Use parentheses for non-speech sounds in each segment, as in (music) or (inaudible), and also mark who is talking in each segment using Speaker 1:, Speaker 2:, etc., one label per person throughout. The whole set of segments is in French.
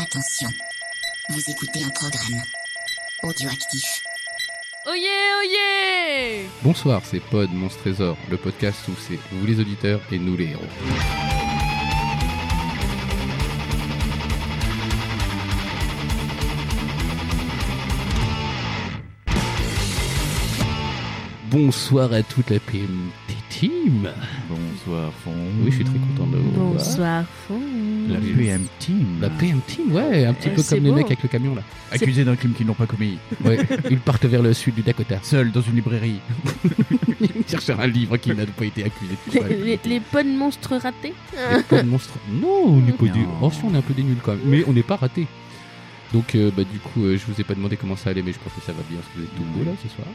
Speaker 1: Attention, vous écoutez un programme audioactif.
Speaker 2: Oyez, oyez
Speaker 3: Bonsoir, c'est Pod Monstre Trésor, le podcast où c'est vous les auditeurs et nous les héros. Bonsoir à toute la PMT team.
Speaker 4: Bonsoir, fond.
Speaker 3: Oui, je suis très content de vous voir.
Speaker 2: Bonsoir, fou.
Speaker 4: La
Speaker 3: Oui.
Speaker 4: PM Team.
Speaker 3: La PM team, ouais, un petit
Speaker 2: Euh,
Speaker 3: peu
Speaker 2: c'est
Speaker 3: comme les
Speaker 2: beau.
Speaker 3: mecs avec le camion là.
Speaker 4: Accusés d'un crime qu'ils n'ont pas commis.
Speaker 3: Ouais,
Speaker 2: (laughs)
Speaker 3: ils partent vers le sud du Dakota.
Speaker 4: Seuls dans
Speaker 3: (laughs)
Speaker 4: une librairie.
Speaker 3: Chercher un livre qui n'a pas été accusé. de
Speaker 2: Les,
Speaker 3: quoi.
Speaker 2: les, les bonnes monstres ratés
Speaker 3: Et pas de monstre. Non, on n'est pas des.
Speaker 4: Non.
Speaker 3: Oh, si, on est un peu des nuls quand même. Mais on n'est pas raté. Donc, euh, bah, du coup, euh, je vous ai pas demandé comment ça allait, mais je pense que ça va bien parce que vous êtes tout beau là ce soir.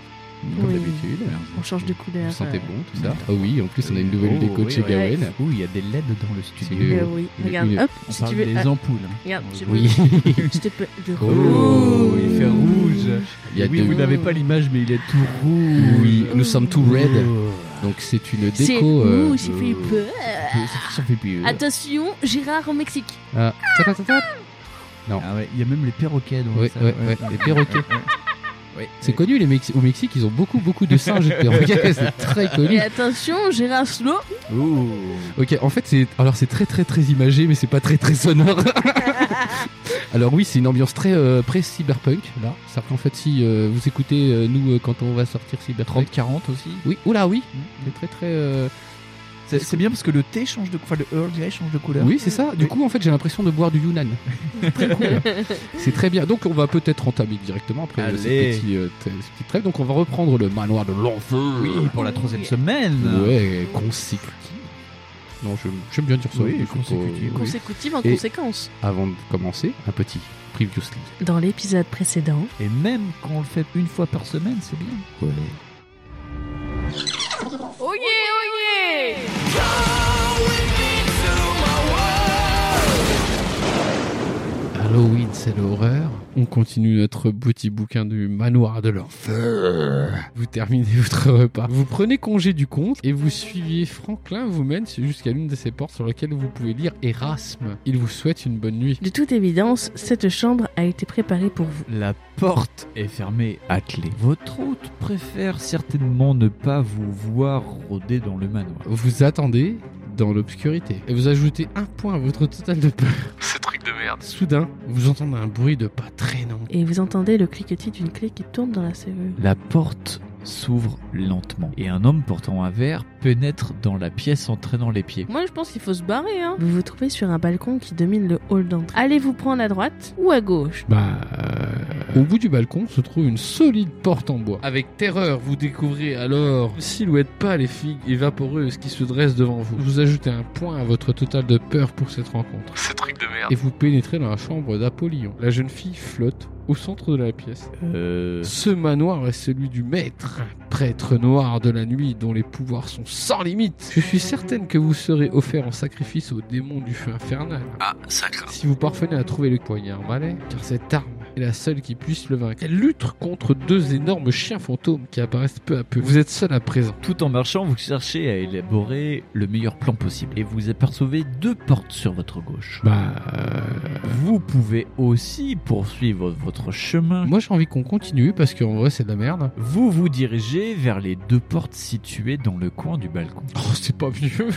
Speaker 3: Comme
Speaker 2: Oui.
Speaker 3: d'habitude.
Speaker 2: On change de couleur.
Speaker 3: Vous sentez
Speaker 2: euh,
Speaker 3: bon, tout ça. Ah oui, en plus, on a une nouvelle
Speaker 4: Oh,
Speaker 3: déco de
Speaker 4: oui,
Speaker 3: chez
Speaker 4: ouais.
Speaker 3: Gawen.
Speaker 4: Ouh, il y a des LED dans le
Speaker 3: C'est-
Speaker 4: studio.
Speaker 2: euh, oui,
Speaker 3: Une-
Speaker 2: regarde,
Speaker 3: une-
Speaker 2: hop,
Speaker 4: On
Speaker 2: si
Speaker 4: parle
Speaker 2: tu veux.
Speaker 4: des
Speaker 2: ah,
Speaker 4: ampoules. hein.
Speaker 2: regarde, je
Speaker 3: Oui,
Speaker 2: je te peux. Le
Speaker 3: (laughs) Oh,
Speaker 2: rouge.
Speaker 3: il fait
Speaker 4: rouge.
Speaker 3: il y a
Speaker 4: oui,
Speaker 3: deux.
Speaker 4: vous n'avez pas l'image, mais il est tout rouge.
Speaker 3: Oui, nous sommes tout
Speaker 4: Oh.
Speaker 3: red. Donc, c'est une
Speaker 2: C'est
Speaker 3: déco. euh,
Speaker 2: rouge, il fait peur.
Speaker 4: Ça fait plus.
Speaker 2: Attention, Gérard au Mexique.
Speaker 3: Ah, tap, tap, tap, tap.
Speaker 4: Ah ouais, il y a même les perroquets. dans
Speaker 3: Ouais,
Speaker 4: ça.
Speaker 3: ouais, ouais, les perroquets.
Speaker 4: Ouais, ouais.
Speaker 3: C'est connu, les Mex- au Mexique, ils ont beaucoup, beaucoup de singes. (laughs) et de perroquets. c'est très connu.
Speaker 2: Et attention, Gérard Slow.
Speaker 4: Ouh.
Speaker 3: Ok, en fait, c'est alors c'est très très très imagé, mais c'est pas très très sonore. alors oui, c'est une ambiance très euh, pré cyberpunk là. C'est-à-dire qu'en fait, si euh, vous écoutez euh, nous euh, quand on va sortir cyberpunk,
Speaker 4: 30-40 aussi.
Speaker 3: oui, oula, oui,
Speaker 4: Mm.
Speaker 3: c'est très très. euh,
Speaker 4: C'est c'est bien parce que le thé change de enfin le Earl Grey change de couleur.
Speaker 3: Oui, c'est ça. Du
Speaker 4: Oui.
Speaker 3: coup, en fait, j'ai l'impression de boire du Yunnan. Très cool. c'est très bien. Donc, on va peut-être entamer directement après euh,
Speaker 4: Allez.
Speaker 3: ces petits, euh, t- ces petites trêves. Donc, on va reprendre le manoir de l'enfer.
Speaker 4: Oui, pour la troisième semaine.
Speaker 3: Ouais, consécutif. Non, j'aime j'aime bien dire ça.
Speaker 4: Oui,
Speaker 3: mais faut pas-
Speaker 4: consécutif, oui.
Speaker 2: (laughs) Consécutive en
Speaker 3: Et-
Speaker 2: conséquence.
Speaker 3: Avant de commencer, un petit previously.
Speaker 2: Dans l'épisode précédent.
Speaker 4: Et même quand on le fait une fois par semaine, c'est bien.
Speaker 2: Oyez, oyez
Speaker 3: Halloween, c'est l'horreur. On continue notre petit bouquin du manoir de l'enfer. Vous terminez votre repas. Vous prenez congé du comte et vous suivez Franklin vous mène jusqu'à l'une de ses portes sur laquelle vous pouvez lire Erasme. Il vous souhaite une bonne nuit.
Speaker 2: De toute évidence, cette chambre a été préparée pour vous.
Speaker 4: La porte est fermée à clé. Votre hôte préfère certainement ne pas vous voir rôder dans le manoir.
Speaker 3: Vous attendez dans l'obscurité et vous ajoutez un point à votre total de peur.
Speaker 5: Ce truc de merde.
Speaker 3: Soudain, vous entendez un bruit de pas traînant.
Speaker 2: Et vous entendez le cliquetis d'une clé qui tourne dans la serrure.
Speaker 4: La porte s'ouvre lentement et un homme portant un verre pénètre dans la pièce en traînant les pieds.
Speaker 2: Moi, je pense qu'il faut se barrer, hein. Vous vous trouvez sur un balcon qui domine le hall d'entrée. Allez-vous prendre à droite ou à gauche (laughs)
Speaker 3: Bah. Au bout du balcon se trouve une solide porte en bois. Avec terreur, vous découvrez alors une silhouette pâle et figues et vaporeuse qui se dresse devant vous. Vous ajoutez un point à votre total de peur pour cette rencontre.
Speaker 5: Ce truc de merde.
Speaker 3: Et vous pénétrez dans la chambre d'Apollyon. La jeune fille flotte au centre de la pièce.
Speaker 4: Euh...
Speaker 3: Ce manoir est celui du maître, un prêtre noir de la nuit dont les pouvoirs sont sans limite. Je suis certaine que vous serez offert en sacrifice au démon du feu infernal.
Speaker 5: Ah, ça craint.
Speaker 3: Si vous parvenez à trouver le poignard malais, car cette arme est la seule qui puisse le vaincre. Elle lutte contre deux énormes chiens fantômes qui apparaissent peu à peu. Vous êtes seul à présent.
Speaker 4: Tout en marchant, vous cherchez à élaborer le meilleur plan possible et vous apercevez deux portes sur votre gauche.
Speaker 3: Bah...
Speaker 4: Vous pouvez aussi poursuivre votre chemin
Speaker 3: Moi j'ai envie qu'on continue parce qu'en vrai c'est de la merde.
Speaker 4: Vous vous dirigez vers les deux portes situées dans le coin du balcon.
Speaker 3: Oh c'est pas mieux.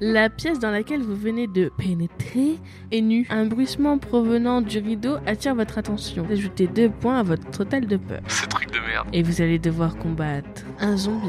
Speaker 2: La pièce dans laquelle vous venez de pénétrer est nue. Un bruissement provenant du rideau attire votre attention. Ajoutez deux points à votre total de peur.
Speaker 5: Ce truc de merde.
Speaker 2: Et vous allez devoir combattre un zombie.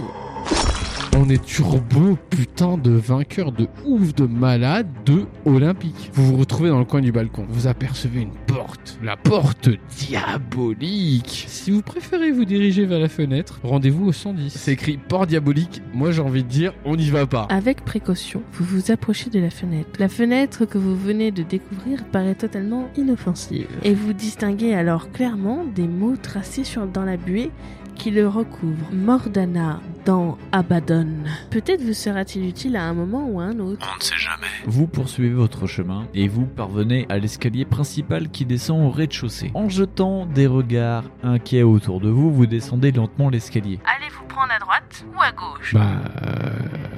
Speaker 3: On est turbo putain de vainqueur de ouf de malade de olympique. Vous vous retrouvez dans le coin du balcon. Vous apercevez une porte. La porte diabolique. Si vous préférez vous diriger vers la fenêtre, rendez-vous au 110. C'est écrit port diabolique. Moi j'ai envie de dire on n'y va pas.
Speaker 2: Avec précaution, vous vous approchez de la fenêtre. La fenêtre que vous venez de découvrir paraît totalement inoffensive. Et vous distinguez alors clairement des mots tracés sur, dans la buée qui le recouvrent. Mordana dans Abaddon. Peut-être vous sera-t-il utile à un moment ou à un autre.
Speaker 5: On ne sait jamais.
Speaker 4: Vous poursuivez votre chemin et vous parvenez à l'escalier principal qui descend au rez-de-chaussée. En jetant des regards inquiets autour de vous, vous descendez lentement l'escalier.
Speaker 2: Allez-vous prendre à droite ou à gauche
Speaker 3: Bah.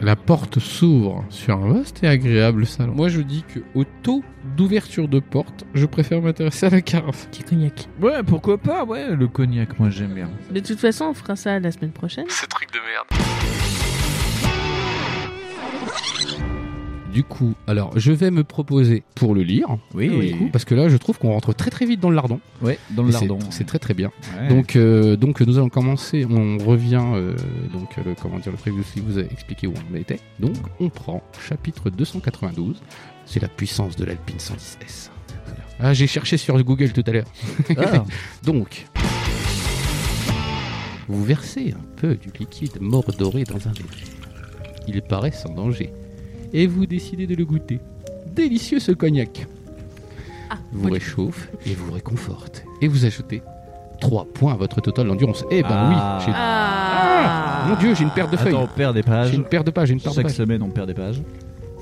Speaker 3: La porte s'ouvre sur un vaste et agréable salon. Moi, je dis que au taux d'ouverture de porte, je préfère m'intéresser à la carafe.
Speaker 2: Petit cognac.
Speaker 4: Ouais, pourquoi pas, ouais, le cognac, moi j'aime bien.
Speaker 2: De toute façon, on fera ça la semaine prochaine.
Speaker 5: Ces trucs de merde.
Speaker 3: Du coup, alors, je vais me proposer pour le lire,
Speaker 4: Oui,
Speaker 3: du coup, parce que là, je trouve qu'on rentre très très vite dans le lardon.
Speaker 4: Ouais, dans le
Speaker 3: Ah, Et c'est-
Speaker 4: lardon.
Speaker 3: C'est très très bien.
Speaker 4: Ouais.
Speaker 3: Donc, euh, donc nous allons commencer. On revient euh, donc euh, comment dire le truc de ce qui vous a expliqué où on était. Donc on prend chapitre 292. C'est la puissance de l'Alpine 110S. Voilà. Ah, j'ai cherché sur Google tout à l'heure. (laughs)
Speaker 4: Ah,
Speaker 3: Donc, vous versez un peu du liquide mordoré dans un verre. Il paraît sans danger. Et vous décidez de le goûter. Délicieux ce cognac.
Speaker 2: Ah,
Speaker 3: vous
Speaker 2: voilà.
Speaker 3: réchauffe et vous réconforte. Et vous ajoutez 3 points à votre total d'endurance. Eh ben
Speaker 4: Ah.
Speaker 3: oui, j'ai-
Speaker 2: Ah
Speaker 3: mon dieu, j'ai une paire de feuilles.
Speaker 4: Attends, ah, on perd des
Speaker 3: J'ai
Speaker 4: pages.
Speaker 3: une paire de pages, j'ai une paire de
Speaker 4: Chaque
Speaker 3: pages.
Speaker 4: semaine, on perd des pages.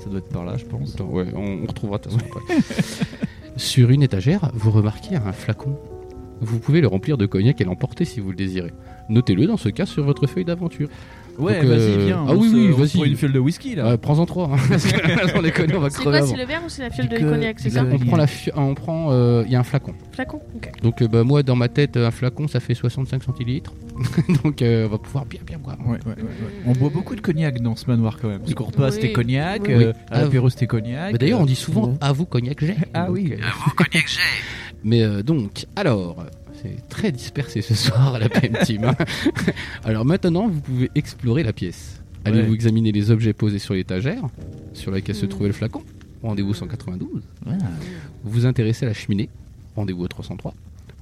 Speaker 4: Ça doit être par là, je pense.
Speaker 3: Attends, ouais, on, on retrouvera de toute façon après. (laughs) Sur une étagère, vous remarquez un flacon. Vous pouvez le remplir de cognac et l'emporter si vous le désirez. Notez-le dans ce cas sur votre feuille d'aventure.
Speaker 4: Ouais,
Speaker 3: Donc,
Speaker 4: vas-y,
Speaker 3: euh,
Speaker 4: viens.
Speaker 3: ah
Speaker 4: on
Speaker 3: oui,
Speaker 4: se-
Speaker 3: oui,
Speaker 4: on
Speaker 3: vas-y.
Speaker 4: prend une fiole de whisky, là.
Speaker 3: Euh, Prends-en trois.
Speaker 2: (laughs)
Speaker 3: hein, parce que là, on déconne, on va
Speaker 2: C'est
Speaker 3: crever
Speaker 2: quoi, c'est
Speaker 3: avant.
Speaker 2: le verre ou c'est la fiole de
Speaker 4: Du co-
Speaker 2: cognac C'est
Speaker 4: du
Speaker 2: ça
Speaker 4: co-
Speaker 3: On prend la fi- on prend, euh, il y a un flacon.
Speaker 2: Flacon Ok.
Speaker 3: Donc euh, bah, moi dans ma tête un flacon ça fait 65 centilitres. (laughs) Donc euh, on va pouvoir bien bien boire.
Speaker 4: Ouais, ouais, ouais, ouais. On boit beaucoup de cognac dans ce manoir quand même. Parce qu'au repas,
Speaker 2: Oui.
Speaker 4: c'était cognac.
Speaker 2: Oui.
Speaker 4: euh, à
Speaker 3: Ah,
Speaker 4: l'apéro, c'était cognac.
Speaker 3: Mais D'ailleurs on dit (laughs)
Speaker 4: Ouais.
Speaker 3: souvent à vous cognac j'ai.
Speaker 4: Ah
Speaker 3: Donc,
Speaker 4: oui.
Speaker 3: euh, Mais euh, donc, alors, c'est très dispersé ce soir à la PM Team.
Speaker 4: (laughs)
Speaker 3: hein. alors maintenant, vous pouvez explorer la pièce. Allez-vous
Speaker 4: Ouais.
Speaker 3: examiner les objets posés sur l'étagère, sur laquelle se
Speaker 4: Hmm.
Speaker 3: trouvait le flacon Rendez-vous 192.
Speaker 4: Ouais.
Speaker 3: Vous vous intéressez à la cheminée Rendez-vous au 303.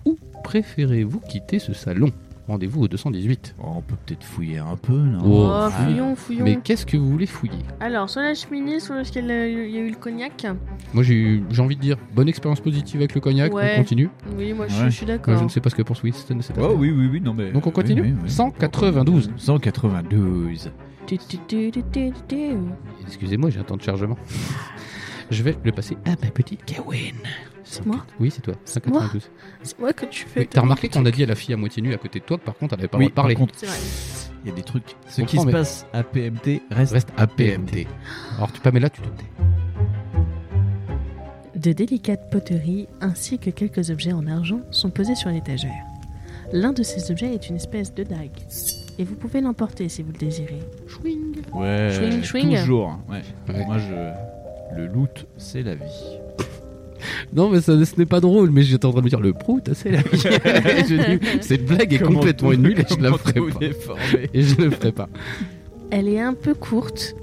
Speaker 3: Ou préférez-vous quitter ce salon Rendez-vous au 218.
Speaker 4: Oh, on peut peut-être fouiller un peu, non
Speaker 3: Oh,
Speaker 2: Oh,
Speaker 4: ah.
Speaker 2: fouillons, fouillons.
Speaker 3: Mais qu'est-ce que vous voulez fouiller
Speaker 2: Alors, sur la cheminée, sur laquelle euh, il y a eu le cognac,
Speaker 3: Moi, j'ai eu- j'ai envie de dire bonne expérience positive avec le cognac,
Speaker 2: Ouais.
Speaker 3: on continue.
Speaker 2: oui, moi je-
Speaker 4: Ouais.
Speaker 2: je suis
Speaker 3: Moi, je
Speaker 2: d'accord.
Speaker 3: ne sais pas ce que pense Winston de cette
Speaker 4: Ouais,
Speaker 3: affaire.
Speaker 4: Oh, oui, oui, oui, non mais.
Speaker 3: Donc on
Speaker 4: oui,
Speaker 3: continue
Speaker 4: oui, oui.
Speaker 3: 192.
Speaker 4: 192.
Speaker 2: Tu, tu, tu, tu, tu, tu.
Speaker 3: Excusez-moi, j'ai un temps de chargement. Je vais le passer à ma petite Kawin.
Speaker 2: C'est moi
Speaker 3: Oui, c'est toi.
Speaker 2: C'est moi
Speaker 3: 192.
Speaker 2: C'est moi que tu fais.
Speaker 3: Oui, T'as remarqué qu'on a dit à la fille à moitié nue à côté de toi, que par contre, elle avait pas le droit de parler.
Speaker 4: par contre,
Speaker 2: C'est vrai.
Speaker 4: il y a des trucs. Ce
Speaker 3: On
Speaker 4: qui
Speaker 3: prend,
Speaker 4: se
Speaker 3: mais-
Speaker 4: passe à PMT reste.
Speaker 3: Reste à PMT. Alors, tu pas, mais là, tu te tais.
Speaker 2: De délicates poteries ainsi que quelques objets en argent sont posés sur l'étagère. L'un de ces objets est une espèce de dague. Et vous pouvez l'emporter si vous le désirez. Chouing
Speaker 4: Ouais.
Speaker 2: Swing, swing.
Speaker 4: Toujours. Ouais.
Speaker 3: Ouais.
Speaker 4: Moi, je. Le loot, c'est la vie.
Speaker 3: Non, mais ça, ce n'est pas drôle, mais j'étais en train de me dire le prout, c'est la (laughs) vie. Je dis, Cette blague est
Speaker 4: Comment
Speaker 3: complètement
Speaker 4: tout-
Speaker 3: nulle et je la
Speaker 4: (laughs) comment
Speaker 3: ferai
Speaker 4: tout
Speaker 3: pas.
Speaker 4: est formé.
Speaker 3: Et je ne le ferai (laughs) pas.
Speaker 2: Elle est un peu courte.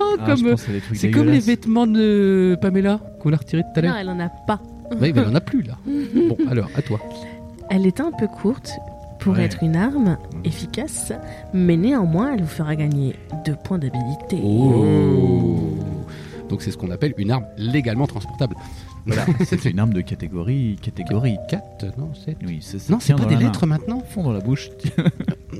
Speaker 3: Oh,
Speaker 4: Ah, je
Speaker 3: comme.
Speaker 4: pense à des trucs
Speaker 3: C'est comme les
Speaker 4: dégueulasses.
Speaker 3: vêtements de Pamela qu'on a retirés tout à
Speaker 2: Non,
Speaker 3: l'heure.
Speaker 2: elle en a pas.
Speaker 3: Oui, mais elle en a plus (laughs) là. Bon, alors, à toi.
Speaker 2: Elle est un peu courte pour
Speaker 4: Ouais.
Speaker 2: être une arme
Speaker 4: Mhm.
Speaker 2: efficace, mais néanmoins, elle vous fera gagner deux points d'habilité.
Speaker 3: Oh Donc c'est ce qu'on appelle une arme légalement transportable.
Speaker 4: Voilà, (laughs) c'est une arme de catégorie. Catégorie.
Speaker 3: 4, non, 7.
Speaker 4: Oui, c'est ça.
Speaker 3: Non, c'est
Speaker 4: Tiens,
Speaker 3: pas
Speaker 4: dans
Speaker 3: des
Speaker 4: la main.
Speaker 3: lettres Oh. maintenant
Speaker 4: Fond dans
Speaker 3: (laughs)
Speaker 4: la bouche.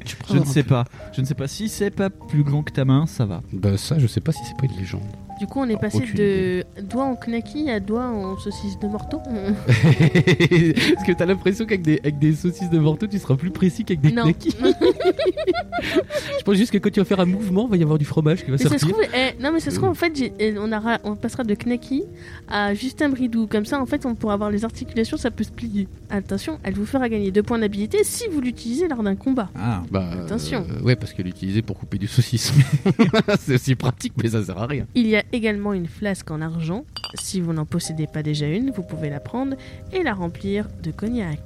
Speaker 3: Tu prends
Speaker 4: Je ne
Speaker 3: un
Speaker 4: sais
Speaker 3: peu.
Speaker 4: pas. Je ne sais pas. Si c'est pas plus grand que ta main, ça va.
Speaker 3: Bah ça, je sais pas si c'est pas une
Speaker 4: (laughs)
Speaker 3: légende.
Speaker 2: Du coup, on est
Speaker 3: Oh,
Speaker 2: passé
Speaker 4: Aucune
Speaker 2: de doigt en knacky à doigt en saucisse de morteau.
Speaker 3: Parce que t'as l'impression qu'avec des, avec des saucisses de morteau, tu seras plus précis qu'avec des
Speaker 2: Non. (laughs)
Speaker 3: knackis. je pense juste que quand tu vas faire un mouvement, il va y avoir du fromage qui va
Speaker 2: Mais ça se
Speaker 3: sortir.
Speaker 2: trouve, eh, non mais ça se trouve en fait, j'ai- eh, on, aura- on passera de Knacky à Justin Bridou. Comme ça, en fait, on pourra avoir les articulations, ça peut se plier. Attention, elle vous fera gagner deux points d'habilité si vous l'utilisez lors d'un combat.
Speaker 4: Ah.
Speaker 3: Bah, euh,
Speaker 2: Attention.
Speaker 3: ouais, parce que l'utiliser pour couper du saucisson, (laughs) c'est aussi pratique, mais ça sert à rien.
Speaker 2: Il y a également une flasque en argent. Si vous n'en possédez pas déjà une, vous pouvez la prendre et la remplir de cognac.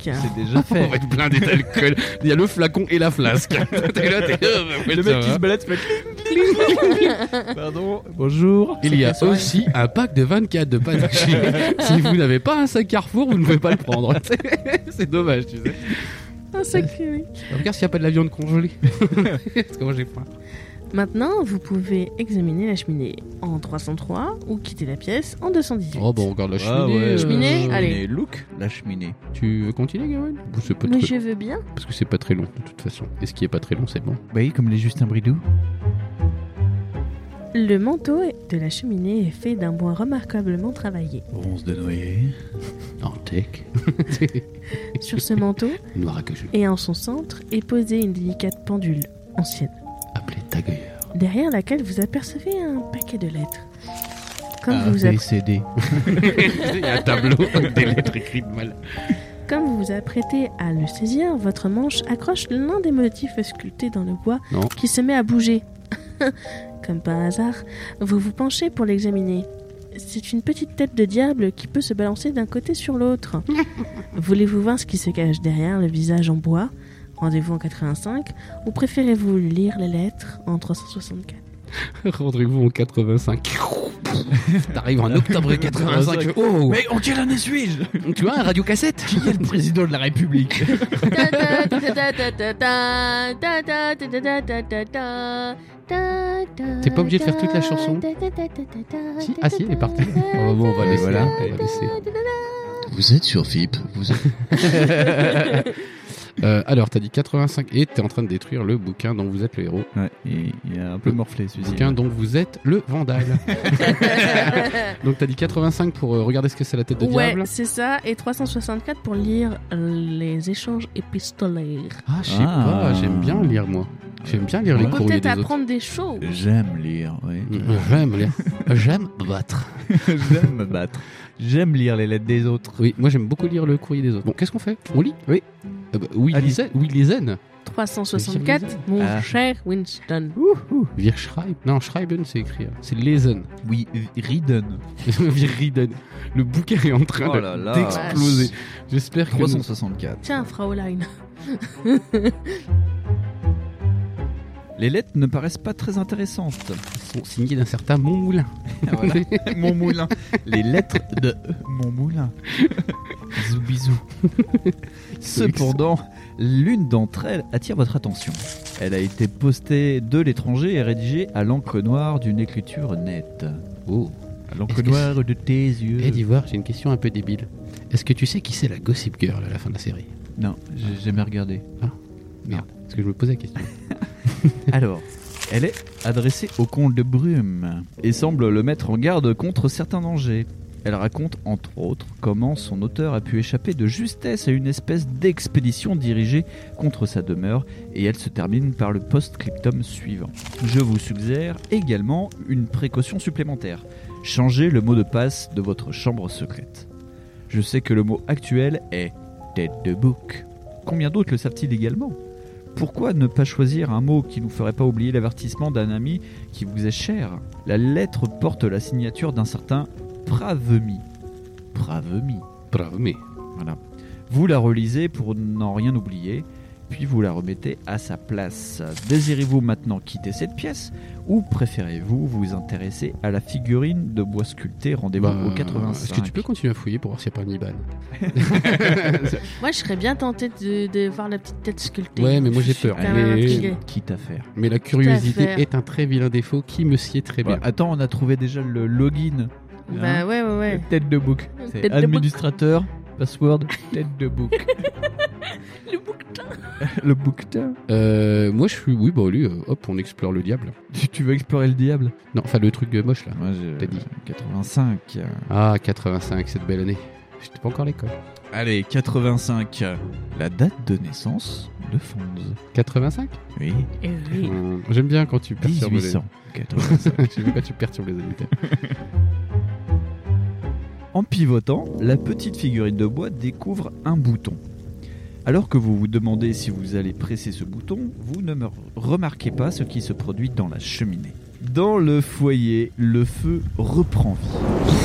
Speaker 3: (laughs)
Speaker 4: C'est déjà
Speaker 3: On
Speaker 4: fait.
Speaker 3: va être blindé d'alcool. Il y a le flacon et la
Speaker 4: (laughs)
Speaker 3: flasque. T'es là, t'es là, ouais,
Speaker 4: le
Speaker 3: ça hein.
Speaker 4: mec qui
Speaker 3: va.
Speaker 4: se balade fait cling, cling, cling. (laughs) Pardon, bonjour.
Speaker 3: Il y
Speaker 2: C'est
Speaker 3: a
Speaker 2: la soirée.
Speaker 3: aussi un pack de 24 de pâtes à chier. (laughs) si vous n'avez pas un sac Carrefour, vous ne pouvez pas le (laughs) prendre. c'est dommage, tu sais.
Speaker 2: Un sacré, Ah, oui.
Speaker 3: Regarde s'il n'y a pas de la viande (laughs) congelée. Parce que moi j'ai faim.
Speaker 2: Maintenant, vous pouvez examiner la cheminée en 303 ou quitter la pièce en 218.
Speaker 3: Oh, bah on regarde la cheminée.
Speaker 4: Ah ouais.
Speaker 2: Cheminée, allez.
Speaker 4: Look, la cheminée.
Speaker 3: Tu veux continuer, Gawain Ou c'est pas
Speaker 2: Mais
Speaker 3: très-
Speaker 2: je veux bien.
Speaker 3: Parce que c'est pas très long, de toute façon. Et ce qui est pas très long, c'est bon.
Speaker 4: Bah oui, comme les Justin Bridou.
Speaker 2: Le manteau de la cheminée est fait d'un bois remarquablement travaillé.
Speaker 4: Bronze de noyer.
Speaker 3: (laughs) Antec.
Speaker 2: Sur ce manteau,
Speaker 3: Noir à que je
Speaker 2: et en son centre est posée une délicate pendule ancienne.
Speaker 3: appelée tagueur.
Speaker 2: derrière laquelle vous apercevez un paquet de lettres. Comme,
Speaker 4: A,
Speaker 3: Ah.
Speaker 2: vous, vous
Speaker 4: B,
Speaker 2: appre-
Speaker 4: C, D.
Speaker 3: (laughs) Il y a un (laughs) tableau avec des lettres écrites mal.
Speaker 2: comme vous vous apprêtez à le saisir, votre manche accroche l'un des motifs sculptés dans le bois
Speaker 3: Non.
Speaker 2: qui se met à bouger. (laughs) comme par hasard, vous vous penchez pour l'examiner. C'est une petite tête de diable qui peut se balancer d'un côté sur l'autre. Voulez-vous voir ce qui se cache derrière le visage en bois Rendez-vous en 85 ou préférez-vous lire les lettres en 364
Speaker 3: Rendez-vous en 85. T'arrives en octobre 85. Oh
Speaker 4: Mais en quelle année suis-je
Speaker 3: Tu vois, un radiocassette
Speaker 4: Qui est le président de la République
Speaker 3: T'es pas obligé de faire toute la chanson. Si, ah si, elle est partie. Oh, bon, on va
Speaker 4: Et
Speaker 3: laisser.
Speaker 4: voilà.
Speaker 3: on va
Speaker 2: (laughs)
Speaker 3: laisser.
Speaker 6: Vous êtes sur FIP. Vous êtes...
Speaker 3: (laughs) Euh, alors, t'as dit 85 et t'es en train de détruire le bouquin dont vous êtes le héros.
Speaker 4: Ouais, il, il a un peu morflé celui-ci.
Speaker 3: Bouquin dont vous êtes le vandale. Donc, t'as dit 85 pour euh, regarder ce que c'est la tête de
Speaker 2: Ouais,
Speaker 3: diable.
Speaker 2: c'est ça, et 364 pour lire euh, les échanges épistolaires.
Speaker 3: Ah, je sais
Speaker 4: Ah.
Speaker 3: pas, j'aime bien lire moi. J'aime bien lire les
Speaker 2: On peut
Speaker 3: courriers
Speaker 2: peut-être
Speaker 3: des autres. Euh, Mm,
Speaker 2: apprendre des choses.
Speaker 4: J'aime lire, oui.
Speaker 6: Mm.
Speaker 3: J'aime lire. (laughs) J'aime battre.
Speaker 4: J'aime me battre. J'aime lire les lettres des autres.
Speaker 3: Oui, moi j'aime beaucoup lire le courrier des autres. Bon, qu'est-ce qu'on fait On lit
Speaker 4: Oui.
Speaker 3: Euh, bah, oui,
Speaker 4: Allez.
Speaker 3: lisez, oui, lisez.
Speaker 2: 364, mon
Speaker 4: Ah.
Speaker 2: cher Winston.
Speaker 3: Wir schreiben. Non, schreiben, c'est écrire. C'est lesen. (laughs)
Speaker 4: Oui, Riden.
Speaker 3: Wir reden. Le bouquin est en train de- d'exploser. J'espère que. nous-
Speaker 4: 364.
Speaker 2: Tiens, Fraulein.
Speaker 4: Les lettres ne paraissent pas très intéressantes.
Speaker 3: sont signés d'un certain Montmoulin.
Speaker 4: (laughs) Mon moulin. ah, Les lettres de E. mon moulin. Bisous, bisous. Cependant, l'une d'entre elles attire votre attention. Elle a été postée de l'étranger et rédigée à l'encre noire d'une écriture nette.
Speaker 3: Oh.
Speaker 4: À l'encre
Speaker 3: Est-ce que
Speaker 4: noire de tes yeux.
Speaker 3: Eh, d'Ivoire, j'ai une question un peu débile. Est-ce que tu sais qui c'est la Gossip Girl à la fin de la série
Speaker 4: Non, j'ai jamais regardé.
Speaker 3: Parce que je me posais la question.
Speaker 4: (laughs) Alors, elle est adressée au comte de Brume et semble le mettre en garde contre certains dangers. Elle raconte entre autres comment son auteur a pu échapper de justesse à une espèce d'expédition dirigée contre sa demeure et elle se termine par le post-scriptum suivant. Je vous suggère également une précaution supplémentaire. Changez le mot de passe de votre chambre secrète. Je sais que le mot actuel est tête de bouc. Combien d'autres le savent-ils également pourquoi ne pas choisir un mot qui nous ferait pas oublier l'avertissement d'un ami qui vous est cher La lettre porte la signature d'un certain Pravemi. Pravemi.
Speaker 3: (laughs) Bravo, mais.
Speaker 4: Voilà. Vous la relisez pour n'en rien oublier, puis vous la remettez à sa place. Désirez-vous maintenant quitter cette pièce ou préférez-vous vous intéresser à la figurine de bois sculpté Rendez-vous
Speaker 3: Bah,
Speaker 4: au 85.
Speaker 3: Est-ce que tu peux continuer à fouiller pour voir s'il n'y a pas une IBAN
Speaker 2: Moi, je serais bien tentée de, de voir la petite tête sculptée.
Speaker 3: Ouais, mais moi j'ai peur.
Speaker 2: quand même
Speaker 3: Mais...
Speaker 2: intriguée.
Speaker 4: Quitte à faire.
Speaker 3: mais la curiosité
Speaker 2: faire.
Speaker 3: est un très vilain défaut qui me sied très Eh bien.
Speaker 4: Voilà. Attends, on a trouvé déjà le login.
Speaker 3: Hein
Speaker 2: Bah ouais, ouais, ouais.
Speaker 4: Tête de bouc.
Speaker 2: Tête
Speaker 4: C'est
Speaker 2: de bouc.
Speaker 4: administrateur, password, tête de bouc.
Speaker 2: (laughs) Le bouquetin.
Speaker 4: le bouquetin.
Speaker 3: Euh, moi je suis. Oui, bah lui, euh, hop, on explore le diable.
Speaker 4: Tu, tu veux explorer le diable
Speaker 3: Non, enfin le truc euh, moche là.
Speaker 4: Moi j'ai
Speaker 3: T'as dit.
Speaker 4: 85.
Speaker 3: Ah, 85, cette belle année. J'étais pas encore à l'école.
Speaker 4: Allez, 85. La date de naissance de Fonz.
Speaker 3: 85
Speaker 4: Oui,
Speaker 2: Eh oui.
Speaker 3: Hum, J'aime bien quand tu perturbes les... (laughs)
Speaker 4: 1885.
Speaker 3: J'aime bien quand tu perturbes les auditeurs.
Speaker 4: En pivotant, la petite figurine de bois découvre un bouton. Alors que vous vous demandez si vous allez presser ce bouton, vous ne me remarquez pas ce qui se produit dans la cheminée. Dans le foyer, le feu reprend vie.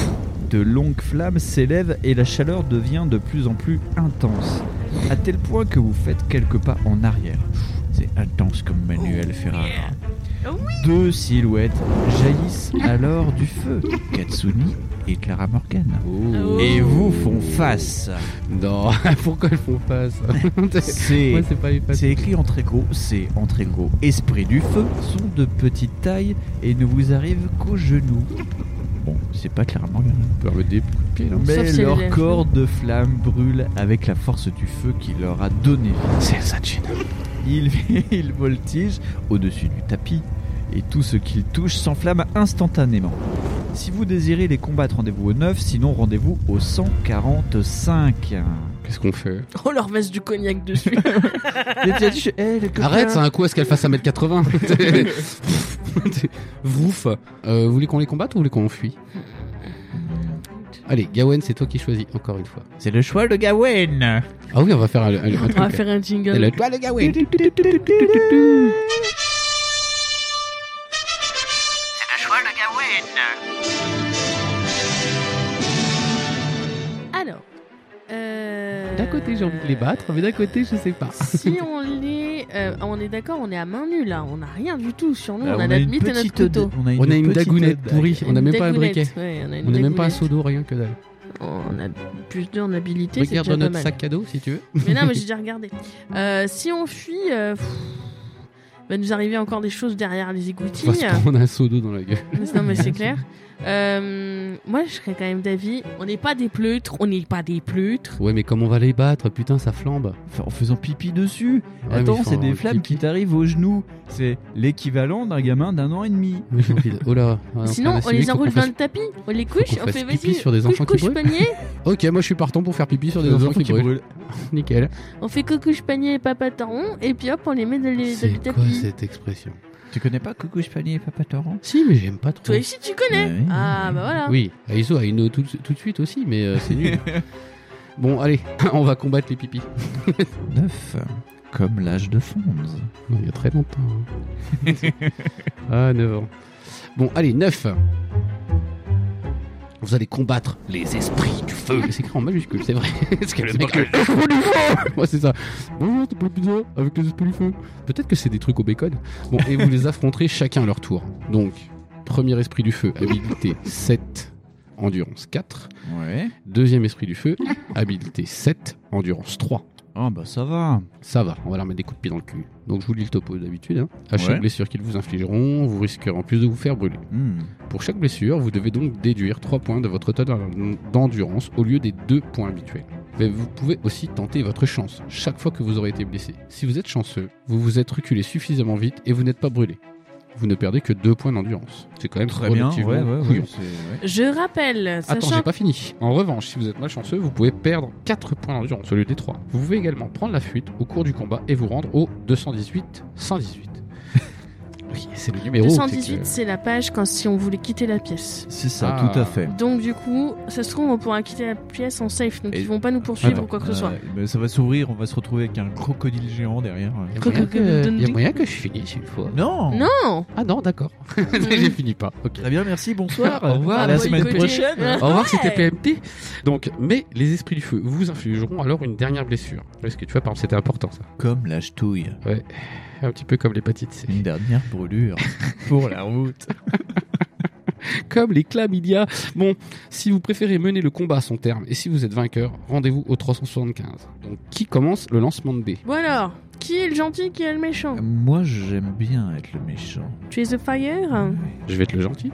Speaker 4: De longues flammes s'élèvent et la chaleur devient de plus en plus intense, à tel point que vous faites quelques pas en arrière. C'est intense comme Manuel Ferrara. Deux silhouettes jaillissent alors du feu, Katsuni et Clara Morgan
Speaker 3: Oh.
Speaker 4: et vous font
Speaker 3: (laughs)
Speaker 4: face.
Speaker 3: Non, pourquoi elles font pas ça
Speaker 4: C'est
Speaker 3: Moi, c'est pas les pattes.
Speaker 4: c'est écrit en très gros, c'est en très gros. Esprit du feu sont de petite taille et ne vous arrivent qu'aux genoux. Bon, c'est pas clairement bien.
Speaker 3: On peut leur mettre des coups de pied, là.
Speaker 4: Mais
Speaker 2: Sauf si elle
Speaker 4: leur
Speaker 2: est-
Speaker 4: corps de flamme brûle avec la force du feu qui leur a donné vie.
Speaker 3: C'est ça, Jin.
Speaker 4: Ils, ils voltigent au-dessus du tapis et tout ce qu'ils touchent s'enflamme instantanément. Si vous désirez les combattre, rendez-vous au 9, sinon rendez-vous
Speaker 2: (laughs)
Speaker 4: au 145.
Speaker 3: Qu'est-ce qu'on fait
Speaker 2: On leur verse du cognac
Speaker 3: (laughs)
Speaker 2: dessus.
Speaker 4: Mais t'as dit, je- eh, les copains.
Speaker 3: hein. Arrête, c'est un coup à ce qu'elle fasse 1m80. (laughs) Vrouf. Euh, vous voulez qu'on les combatte ou vous voulez qu'on fuit Allez, Gawen, c'est toi qui choisis, encore une fois.
Speaker 4: C'est le choix de Gawain.
Speaker 3: Ah oui, on va faire un, un- un
Speaker 2: On va
Speaker 3: truc.
Speaker 2: faire un
Speaker 3: C'est
Speaker 2: jingle.
Speaker 3: le choix de Gawen.
Speaker 2: Alors. euh,
Speaker 3: D'un côté, j'ai envie de les battre, mais d'un côté, je sais pas.
Speaker 2: si on les. euh, on est d'accord, on est à main nue là. On n'a rien du tout sur nous.
Speaker 4: Bah,
Speaker 2: on, a notre
Speaker 4: une
Speaker 2: bite et notre
Speaker 4: petite
Speaker 2: couteau.
Speaker 4: dague- On a une,
Speaker 3: On a une
Speaker 4: petite
Speaker 3: dagounette
Speaker 4: dague.
Speaker 3: pourrie, on n'a
Speaker 2: Une
Speaker 3: même pas un
Speaker 2: dagounette,
Speaker 3: briquet.
Speaker 2: ouais, on a, une
Speaker 3: On n'a même
Speaker 2: dagounette.
Speaker 3: pas un seau d'eau, rien que dalle.
Speaker 2: On a plus deux en habilité. c'est
Speaker 3: Regarde
Speaker 2: déjà
Speaker 3: dans
Speaker 2: pas
Speaker 3: notre
Speaker 2: mal.
Speaker 3: sac cadeau si tu veux.
Speaker 2: Mais
Speaker 3: (laughs)
Speaker 2: non, mais j'ai déjà regardé. Euh, si on fuit, euh, pff, va nous arriver encore des choses derrière les
Speaker 3: On va
Speaker 2: écoutilles.
Speaker 3: se prendre un seau d'eau dans la gueule.
Speaker 2: (laughs) non, mais
Speaker 3: (laughs)
Speaker 2: c'est clair. Euh, moi, je serais quand même d'avis. On n'est pas des pleutres, on n'est pas des pleutres.
Speaker 3: Ouais, mais comment on va les battre Putain, ça flambe.
Speaker 4: Enfin, en faisant pipi dessus.
Speaker 3: Ouais, mais
Speaker 4: Attends,
Speaker 3: ils font
Speaker 4: c'est des
Speaker 3: un
Speaker 4: flammes
Speaker 3: pipi.
Speaker 4: qui t'arrivent aux genoux. C'est l'équivalent d'un gamin d'un an et demi.
Speaker 3: Mais j'ai envie de- Oh là. ouais, en train
Speaker 2: Sinon, on
Speaker 3: d'assumer
Speaker 2: les
Speaker 3: qu'on
Speaker 2: enroule dans
Speaker 3: fasse-
Speaker 2: le tapis, on les couche,
Speaker 3: qu'on
Speaker 2: on
Speaker 3: fasse
Speaker 2: fait
Speaker 3: pipi
Speaker 2: vas-y,
Speaker 3: sur des enfants
Speaker 2: couche,
Speaker 3: qui
Speaker 2: couche,
Speaker 3: brûlent.
Speaker 2: panier.
Speaker 3: Ok, moi je suis partant pour faire pipi sur des enfants qui brûlent. Nickel.
Speaker 2: On fait couche panier et papa taron, et puis hop, on les met dans les dans le
Speaker 3: C'est quoi
Speaker 2: tapis.
Speaker 3: cette expression
Speaker 4: Tu connais pas Coucou je panier et Papa Torrent
Speaker 3: Si, mais j'aime pas trop.
Speaker 2: Toi aussi, tu connais.
Speaker 4: Ouais, ouais.
Speaker 2: ah, bah voilà.
Speaker 3: Oui, Aizo a une eau tout, tout de suite aussi, mais euh, c'est (laughs) nul. bon, allez, (laughs) on va combattre les pipis.
Speaker 4: 9. Comme l'âge de Fonz.
Speaker 3: Non, il y a très longtemps. (laughs) hein. ah, 9 ans. Bon, allez, 9. Vous allez combattre les esprits du feu. C'est écrit en majuscule, c'est vrai. (laughs) Parce que le mec. le- (laughs) Moi, c'est ça. Bonjour, t'es pas bizarre avec les esprits du feu. Peut-être que c'est des trucs au bacon. Bon, et vous (laughs) les affronterez chacun à leur tour. Donc, premier esprit du feu, habilité 7, endurance 4.
Speaker 4: Ouais.
Speaker 3: Deuxième esprit du feu, habilité 7, endurance 3.
Speaker 4: Ah bah ça va.
Speaker 3: Ça va, on va leur mettre des coups de pied dans le cul. Donc je vous lis le topo d'habitude. Hein. À chaque
Speaker 4: Ouais.
Speaker 3: blessure qu'ils vous infligeront, vous risquerez en plus de vous faire brûler.
Speaker 4: Hmm.
Speaker 3: Pour chaque blessure, vous devez donc déduire 3 points de votre total d'endurance au lieu des 2 points habituels. Mais vous pouvez aussi tenter votre chance chaque fois que vous aurez été blessé. Si vous êtes chanceux, vous vous êtes reculé suffisamment vite et vous n'êtes pas brûlé. Vous ne perdez que 2 points d'endurance. C'est quand même
Speaker 4: Très bien.
Speaker 3: relativement
Speaker 4: Ouais, ouais,
Speaker 3: couillon.
Speaker 4: ouais, c'est- ouais.
Speaker 2: Je rappelle,
Speaker 3: Attends,
Speaker 2: sachant
Speaker 3: j'ai pas fini. En revanche, si vous êtes malchanceux, vous pouvez perdre 4 points d'endurance au lieu des 3. Vous pouvez également prendre la fuite au cours du combat et vous rendre au 218 118. oui, c'est le numéro. c'est que-
Speaker 2: 218, c'est la page quand si on voulait quitter la pièce.
Speaker 4: C'est ça,
Speaker 3: Ah.
Speaker 4: tout à fait.
Speaker 2: Donc du coup, ça se trouve on pourra quitter la pièce en safe, donc
Speaker 4: Et-
Speaker 2: ils vont pas nous poursuivre
Speaker 3: Attends,
Speaker 2: ou quoi que ce soit.
Speaker 4: Euh, mais ça va s'ouvrir, on va se retrouver avec un crocodile géant derrière.
Speaker 3: Y a
Speaker 2: Que-
Speaker 3: moyen
Speaker 2: que- que-
Speaker 3: que- y a moyen que je finisse une fois.
Speaker 4: Non
Speaker 2: Non
Speaker 3: Ah non, d'accord. (laughs) j'ai fini pas. Ok.
Speaker 4: Très bien, merci, bonsoir.
Speaker 3: Au revoir,
Speaker 4: à la
Speaker 3: bon
Speaker 4: semaine
Speaker 2: écoutez.
Speaker 4: prochaine.
Speaker 3: Au revoir, c'était
Speaker 2: Ouais.
Speaker 3: PMT. Donc, mais les esprits du feu vous infligeront alors une dernière blessure. Parce que tu vois, par exemple, c'était important ça.
Speaker 4: Comme la ch'touille.
Speaker 3: Un petit peu comme l'hépatite C.
Speaker 4: Une dernière brûlure (laughs) pour la route.
Speaker 3: comme les chlamydia. Bon, si vous préférez mener le combat à son terme et si vous êtes vainqueur, rendez-vous au 375. Donc, qui commence le lancement de dés
Speaker 2: Bon alors, qui est le gentil, qui est le méchant
Speaker 4: Moi, j'aime bien être le méchant.
Speaker 3: Ah.
Speaker 2: Tu es The Fire
Speaker 3: Je vais être le gentil.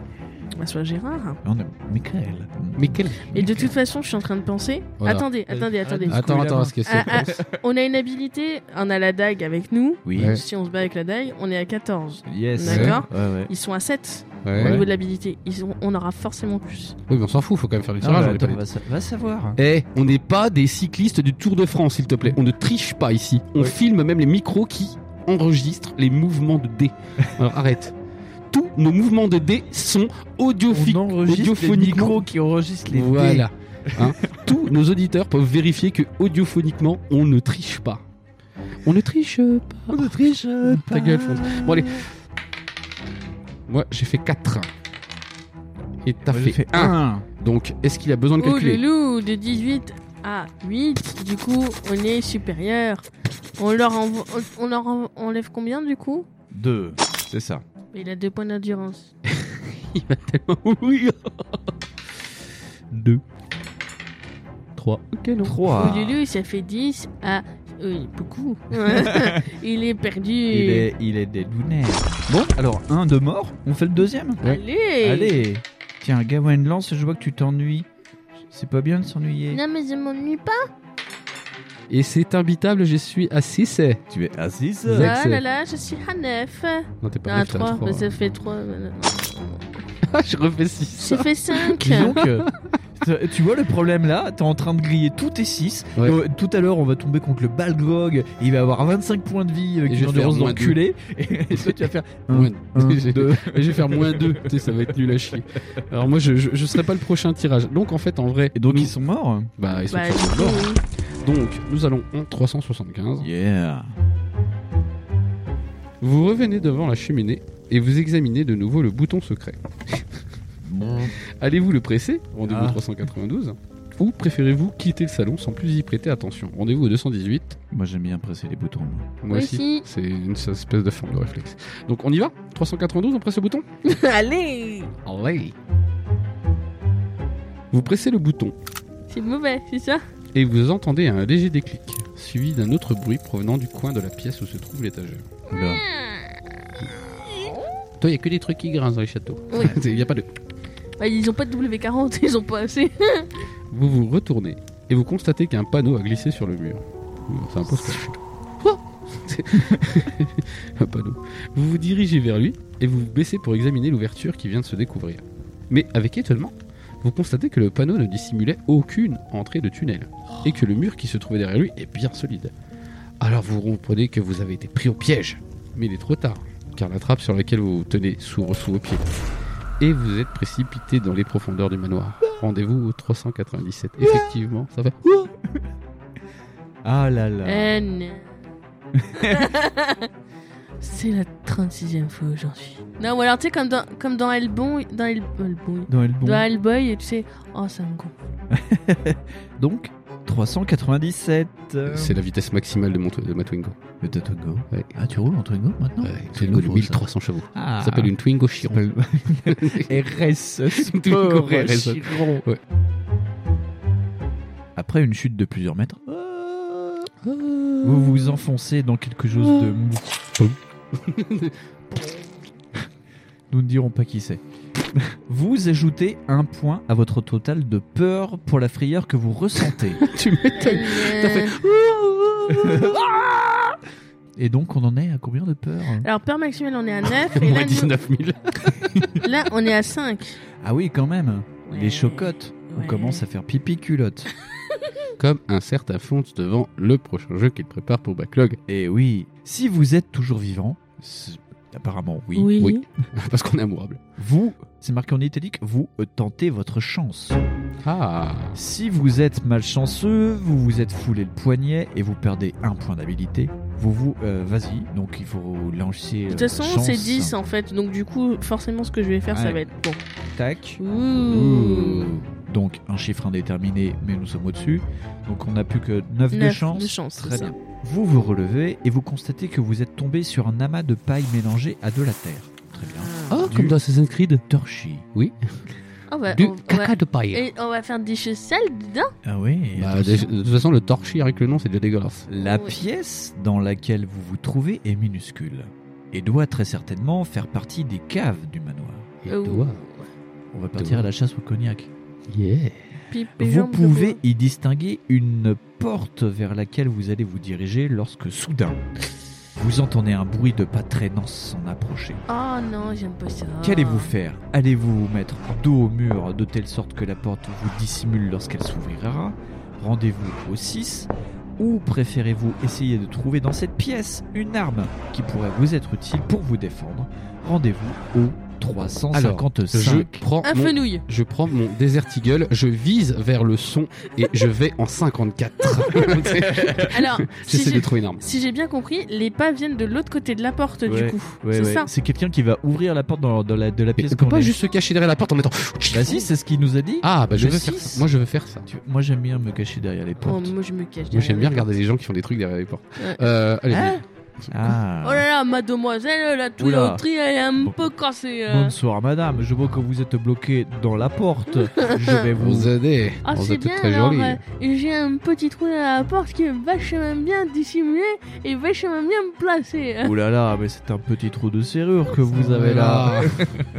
Speaker 2: Bah soit Gérard.
Speaker 4: On aime Michael.
Speaker 3: Mais quel
Speaker 2: Et de toute façon, je suis en train de penser.
Speaker 3: Voilà.
Speaker 2: Attendez, attendez, attendez.
Speaker 4: Ah,
Speaker 3: Attends, attends, est-ce que c'est.
Speaker 2: Ah, ah, on a une habilité, on a la dague avec nous.
Speaker 4: Oui.
Speaker 3: Ouais.
Speaker 2: Si on se bat avec la dague, on est à 14.
Speaker 4: Yes.
Speaker 2: D'accord.
Speaker 4: Ouais, ouais.
Speaker 2: Ils sont à 7
Speaker 3: (laughs) Ouais.
Speaker 2: au niveau de l'habilité. Ils ont- on aura forcément plus.
Speaker 3: Oui, mais on s'en fout, faut quand même faire les tirages. on est pas des-
Speaker 4: Ah, va savoir.
Speaker 3: Eh, on n'est pas des cyclistes du Tour de France, s'il te plaît. On ne triche pas ici. On filme même les micros qui enregistrent les mouvements de dés. Alors arrête. Tous nos mouvements de dés sont audiophiques.
Speaker 4: On enregistre les
Speaker 3: Audiophoniquement.
Speaker 4: micros qui enregistrent les dés.
Speaker 3: Voilà. Hein (laughs) Tous nos auditeurs peuvent vérifier que audiophoniquement, on ne triche pas. On ne triche euh, pas.
Speaker 4: On Oh, ne triche
Speaker 3: Ta gueule, Fonz. Bon, allez. Moi, j'ai fait 4. Et t'as
Speaker 4: Moi, j'ai
Speaker 3: fait
Speaker 4: fait
Speaker 3: 1.
Speaker 4: un.
Speaker 3: Donc, est-ce qu'il a besoin de
Speaker 2: Oh le
Speaker 3: calculer
Speaker 2: loup de 18 à 8, du coup on est supérieur. On leur, envo- on on leur en- enlève combien du coup
Speaker 4: Deux. C'est ça.
Speaker 2: Il a deux points d'endurance.
Speaker 3: Il va tellement (laughs) mourir. 2. 3. Ok, non.
Speaker 4: Trois.
Speaker 2: Oh le loup, ça fait 10 à... Oui,
Speaker 4: (laughs)
Speaker 2: beaucoup. il est perdu.
Speaker 4: Il est, il est des lunettes. Bon, alors un de mort. On fait le deuxième.
Speaker 2: Allez.
Speaker 4: Allez. Tiens, Gawain lance. Je vois que tu t'ennuies. C'est pas bien de s'ennuyer.
Speaker 2: Non mais je m'ennuie pas.
Speaker 3: Et c'est imbitable, je suis à 6.
Speaker 4: Tu es assis.
Speaker 3: Zé.
Speaker 4: ça
Speaker 2: Ah là là, je suis à 9.
Speaker 3: Non, t'es pas
Speaker 2: Ah
Speaker 3: neuf, t'es à
Speaker 2: 3,
Speaker 3: trois. hein. Ah,
Speaker 2: mais ça fait 3.
Speaker 3: Je refais
Speaker 2: J'ai
Speaker 3: 6.
Speaker 2: fait 5.
Speaker 4: Disons que T'as- euh, Tu vois le problème là T'es en train de griller tous tes 6.
Speaker 3: Ouais.
Speaker 4: Tout à l'heure, on va tomber contre le Balgrog. Il va avoir 25 points de vie euh, avec
Speaker 3: Et je
Speaker 4: une
Speaker 3: vais
Speaker 4: endurance
Speaker 3: faire moins
Speaker 4: d'enculé. Et toi, tu
Speaker 3: (laughs)
Speaker 4: vas faire
Speaker 3: Moins
Speaker 4: 1,
Speaker 3: J'ai-
Speaker 4: 2.
Speaker 3: Et (laughs) je vais faire moins 2, tu sais, ça va être nul à chier. Alors moi, je, je, je serai pas le prochain tirage. Donc en fait, en vrai,
Speaker 4: (laughs) Et donc,
Speaker 3: nous-
Speaker 4: ils sont morts
Speaker 3: bah, ils sont
Speaker 2: Bah,
Speaker 3: tous
Speaker 2: du coup,
Speaker 3: morts.
Speaker 2: oui.
Speaker 3: Donc nous allons en 375.
Speaker 4: Yeah.
Speaker 3: Vous revenez devant la cheminée et vous examinez de nouveau le bouton secret. Allez-vous le presser Rendez-vous
Speaker 4: Ah.
Speaker 3: 392. Ou préférez-vous quitter le salon sans plus y prêter attention Rendez-vous au 218.
Speaker 4: Moi, j'aime bien presser les boutons.
Speaker 3: Moi
Speaker 2: Oui,
Speaker 3: aussi.
Speaker 2: si.
Speaker 3: C'est une espèce de forme de réflexe. Donc on y va 392, on presse le bouton
Speaker 2: (laughs) Allez
Speaker 3: Allez Vous pressez le bouton
Speaker 2: C'est mauvais, c'est ça
Speaker 3: et vous entendez un léger déclic, suivi d'un autre bruit provenant du coin de la pièce où se trouve l'étagère.
Speaker 4: Oula.
Speaker 3: Toi, il n'y a que des trucs qui grincent dans les châteaux.
Speaker 2: Oui.
Speaker 3: (laughs) Il n'y a pas de...
Speaker 2: Bah, Ils ont pas de W40, (laughs) ils ont pas assez.
Speaker 3: Vous vous retournez et vous constatez qu'un panneau a glissé sur le mur. Mmh, C'est un poster. Oh C'est- (laughs) un panneau. Vous vous dirigez vers lui et vous vous baissez pour examiner l'ouverture qui vient de se découvrir. Mais avec étonnement, vous constatez que le panneau ne dissimulait aucune entrée de tunnel et que le mur qui se trouvait derrière lui est bien solide. Alors vous comprenez que vous avez été pris au piège, mais il est trop tard, car la trappe sur laquelle vous vous tenez s'ouvre sous vos pieds et vous êtes précipité dans les profondeurs du manoir. Rendez-vous au 397. Effectivement, ça va.
Speaker 4: Ah là là.
Speaker 2: Eh, non. C'est la 36e fois aujourd'hui. Non, ou alors tu sais, comme dans, comme dans Hellboy. Dans El- Hellboy.
Speaker 4: Dans le bon.
Speaker 2: Dans Hellboy, tu sais. Oh, c'est un con.
Speaker 4: Donc, 397. euh,
Speaker 3: C'est la vitesse maximale de, mon, de ma Twingo.
Speaker 4: Mais t'as Twingo
Speaker 3: Ouais.
Speaker 4: Ah, tu roules en Twingo maintenant
Speaker 3: Ouais,
Speaker 4: C'est
Speaker 3: Twingo de
Speaker 4: nouveau,
Speaker 3: 1300 chevaux.
Speaker 4: Ah.
Speaker 3: Ça s'appelle une Twingo Chiron.
Speaker 4: (laughs)
Speaker 3: (laughs)
Speaker 4: RS
Speaker 3: Twingo
Speaker 4: Sport
Speaker 3: RS.
Speaker 4: Chiron.
Speaker 3: Ouais.
Speaker 4: Après une chute de plusieurs mètres, euh,
Speaker 2: Euh.
Speaker 4: vous vous enfoncez dans quelque chose de mou. Nous ne dirons pas qui c'est. Vous ajoutez un point à votre total de peur pour la frayeur que vous ressentez.
Speaker 3: tu m'étonnes.
Speaker 4: Et donc, on en est à combien de hein peur
Speaker 2: Alors, Père Maximel, on est à 9. et là,
Speaker 3: Moins
Speaker 2: nous-
Speaker 3: 19 000.
Speaker 2: là, on est à 5.
Speaker 4: Ah oui, quand même.
Speaker 2: Ouais.
Speaker 4: Les chocottes. On
Speaker 2: Ouais.
Speaker 4: commence à faire pipi culotte.
Speaker 3: Comme un certain Fonce devant le prochain jeu qu'il prépare pour Backlog. (laughs)
Speaker 4: Et oui, si vous êtes toujours vivant, c'est- apparemment oui,
Speaker 3: oui. Parce qu'on est amourable.
Speaker 4: vous, c'est marqué en italique, vous euh, tentez votre chance.
Speaker 3: Ah.
Speaker 4: Si vous êtes malchanceux, vous vous êtes foulé le poignet et vous perdez un point d'habilité, vous vous... euh, Vas-y, donc il faut lancer... euh,
Speaker 2: De toute façon, c'est 10 en fait. Donc, du coup, forcément, ce que je vais faire, ça
Speaker 4: Ouais. Mmh.
Speaker 2: va être bon.
Speaker 4: Tac.
Speaker 2: Ouh.
Speaker 4: Donc un chiffre indéterminé, mais nous sommes au-dessus. Donc on n'a plus que 9, de
Speaker 2: Neuf
Speaker 4: chance.
Speaker 2: de chance,
Speaker 4: Très
Speaker 2: c'est
Speaker 4: bien. Vous vous relevez et vous constatez que vous êtes tombé sur un amas de paille mélangée à de la terre. Très bien.
Speaker 3: Ah,
Speaker 4: Du-
Speaker 3: comme dans Assassin's Creed.
Speaker 4: Torchi.
Speaker 2: Oh, bah,
Speaker 3: Du
Speaker 2: on- ouais.
Speaker 3: caca de paille.
Speaker 2: Et on va faire des choses sales dedans
Speaker 4: Ah oui.
Speaker 3: Bah, de de toute façon, le torchis avec le nom, c'est déjà dégueulasse.
Speaker 4: La
Speaker 2: Oui.
Speaker 4: pièce dans laquelle vous vous trouvez est minuscule et doit très certainement faire partie des caves du manoir.
Speaker 3: Et
Speaker 2: Euh,
Speaker 3: toi
Speaker 4: On va partir à la chasse au cognac.
Speaker 3: Yeah.
Speaker 2: Pipe et
Speaker 4: Vous
Speaker 2: jambes de
Speaker 4: pouvez
Speaker 2: bois.
Speaker 4: y distinguer une porte vers laquelle vous allez vous diriger lorsque soudain vous entendez un bruit de pas traînant s'en approcher.
Speaker 2: Oh non, j'aime pas ça.
Speaker 4: Qu'allez-vous faire Allez-vous vous mettre dos au mur de telle sorte que la porte vous dissimule lorsqu'elle s'ouvrira Rendez-vous au 6 Ou préférez-vous essayer de trouver dans cette pièce une arme qui pourrait vous être utile pour vous défendre Rendez-vous au 355.
Speaker 3: Je prends
Speaker 2: Un
Speaker 3: mon
Speaker 4: (laughs)
Speaker 2: fenouil.
Speaker 3: Je prends mon Desert Eagle, je vise vers le son et je vais en
Speaker 2: (laughs)
Speaker 3: 54.
Speaker 2: Alors, si
Speaker 3: (laughs) J'essaie
Speaker 2: j'ai
Speaker 3: de trouver une arme.
Speaker 2: si j'ai bien compris, les pas viennent de l'autre côté de la porte du
Speaker 4: Ouais,
Speaker 2: coup.
Speaker 4: Ouais,
Speaker 2: c'est
Speaker 4: ouais.
Speaker 2: ça.
Speaker 4: C'est quelqu'un qui va ouvrir la porte dans- dans la- de la
Speaker 3: Mais
Speaker 4: pièce
Speaker 3: on peut
Speaker 4: qu'on
Speaker 3: pas
Speaker 4: est.
Speaker 3: juste se cacher derrière la porte en mettant.
Speaker 4: Bah si, c'est ce qu'il nous a dit.
Speaker 3: Ah, bah je
Speaker 4: Le
Speaker 3: veux faire
Speaker 4: six.
Speaker 3: ça. Moi je veux faire ça.
Speaker 4: Tu- Moi j'aime bien me cacher derrière les
Speaker 2: Oh,
Speaker 4: portes.
Speaker 2: moi je me cache.
Speaker 3: Moi j'aime bien
Speaker 2: derrière.
Speaker 3: regarder les gens qui font des trucs derrière les portes.
Speaker 2: Ouais.
Speaker 3: Euh, allez,
Speaker 4: Hein
Speaker 2: Oh
Speaker 4: Ah.
Speaker 2: là là, mademoiselle, la tuyauterie elle est un
Speaker 4: Bon.
Speaker 2: peu cassée. euh.
Speaker 4: Bonsoir madame, je vois que vous êtes bloqué dans la porte.
Speaker 2: (laughs)
Speaker 4: Je vais vous
Speaker 3: vous aidez.
Speaker 2: Ah
Speaker 3: vous
Speaker 2: c'est
Speaker 3: êtes
Speaker 2: bien
Speaker 3: très
Speaker 2: alors,
Speaker 3: jolis.
Speaker 2: euh, j'ai un petit trou dans la porte qui est vachement bien dissimulé et vachement bien placé. euh.
Speaker 4: Ouh là là, mais c'est un petit trou de serrure que vous avez là.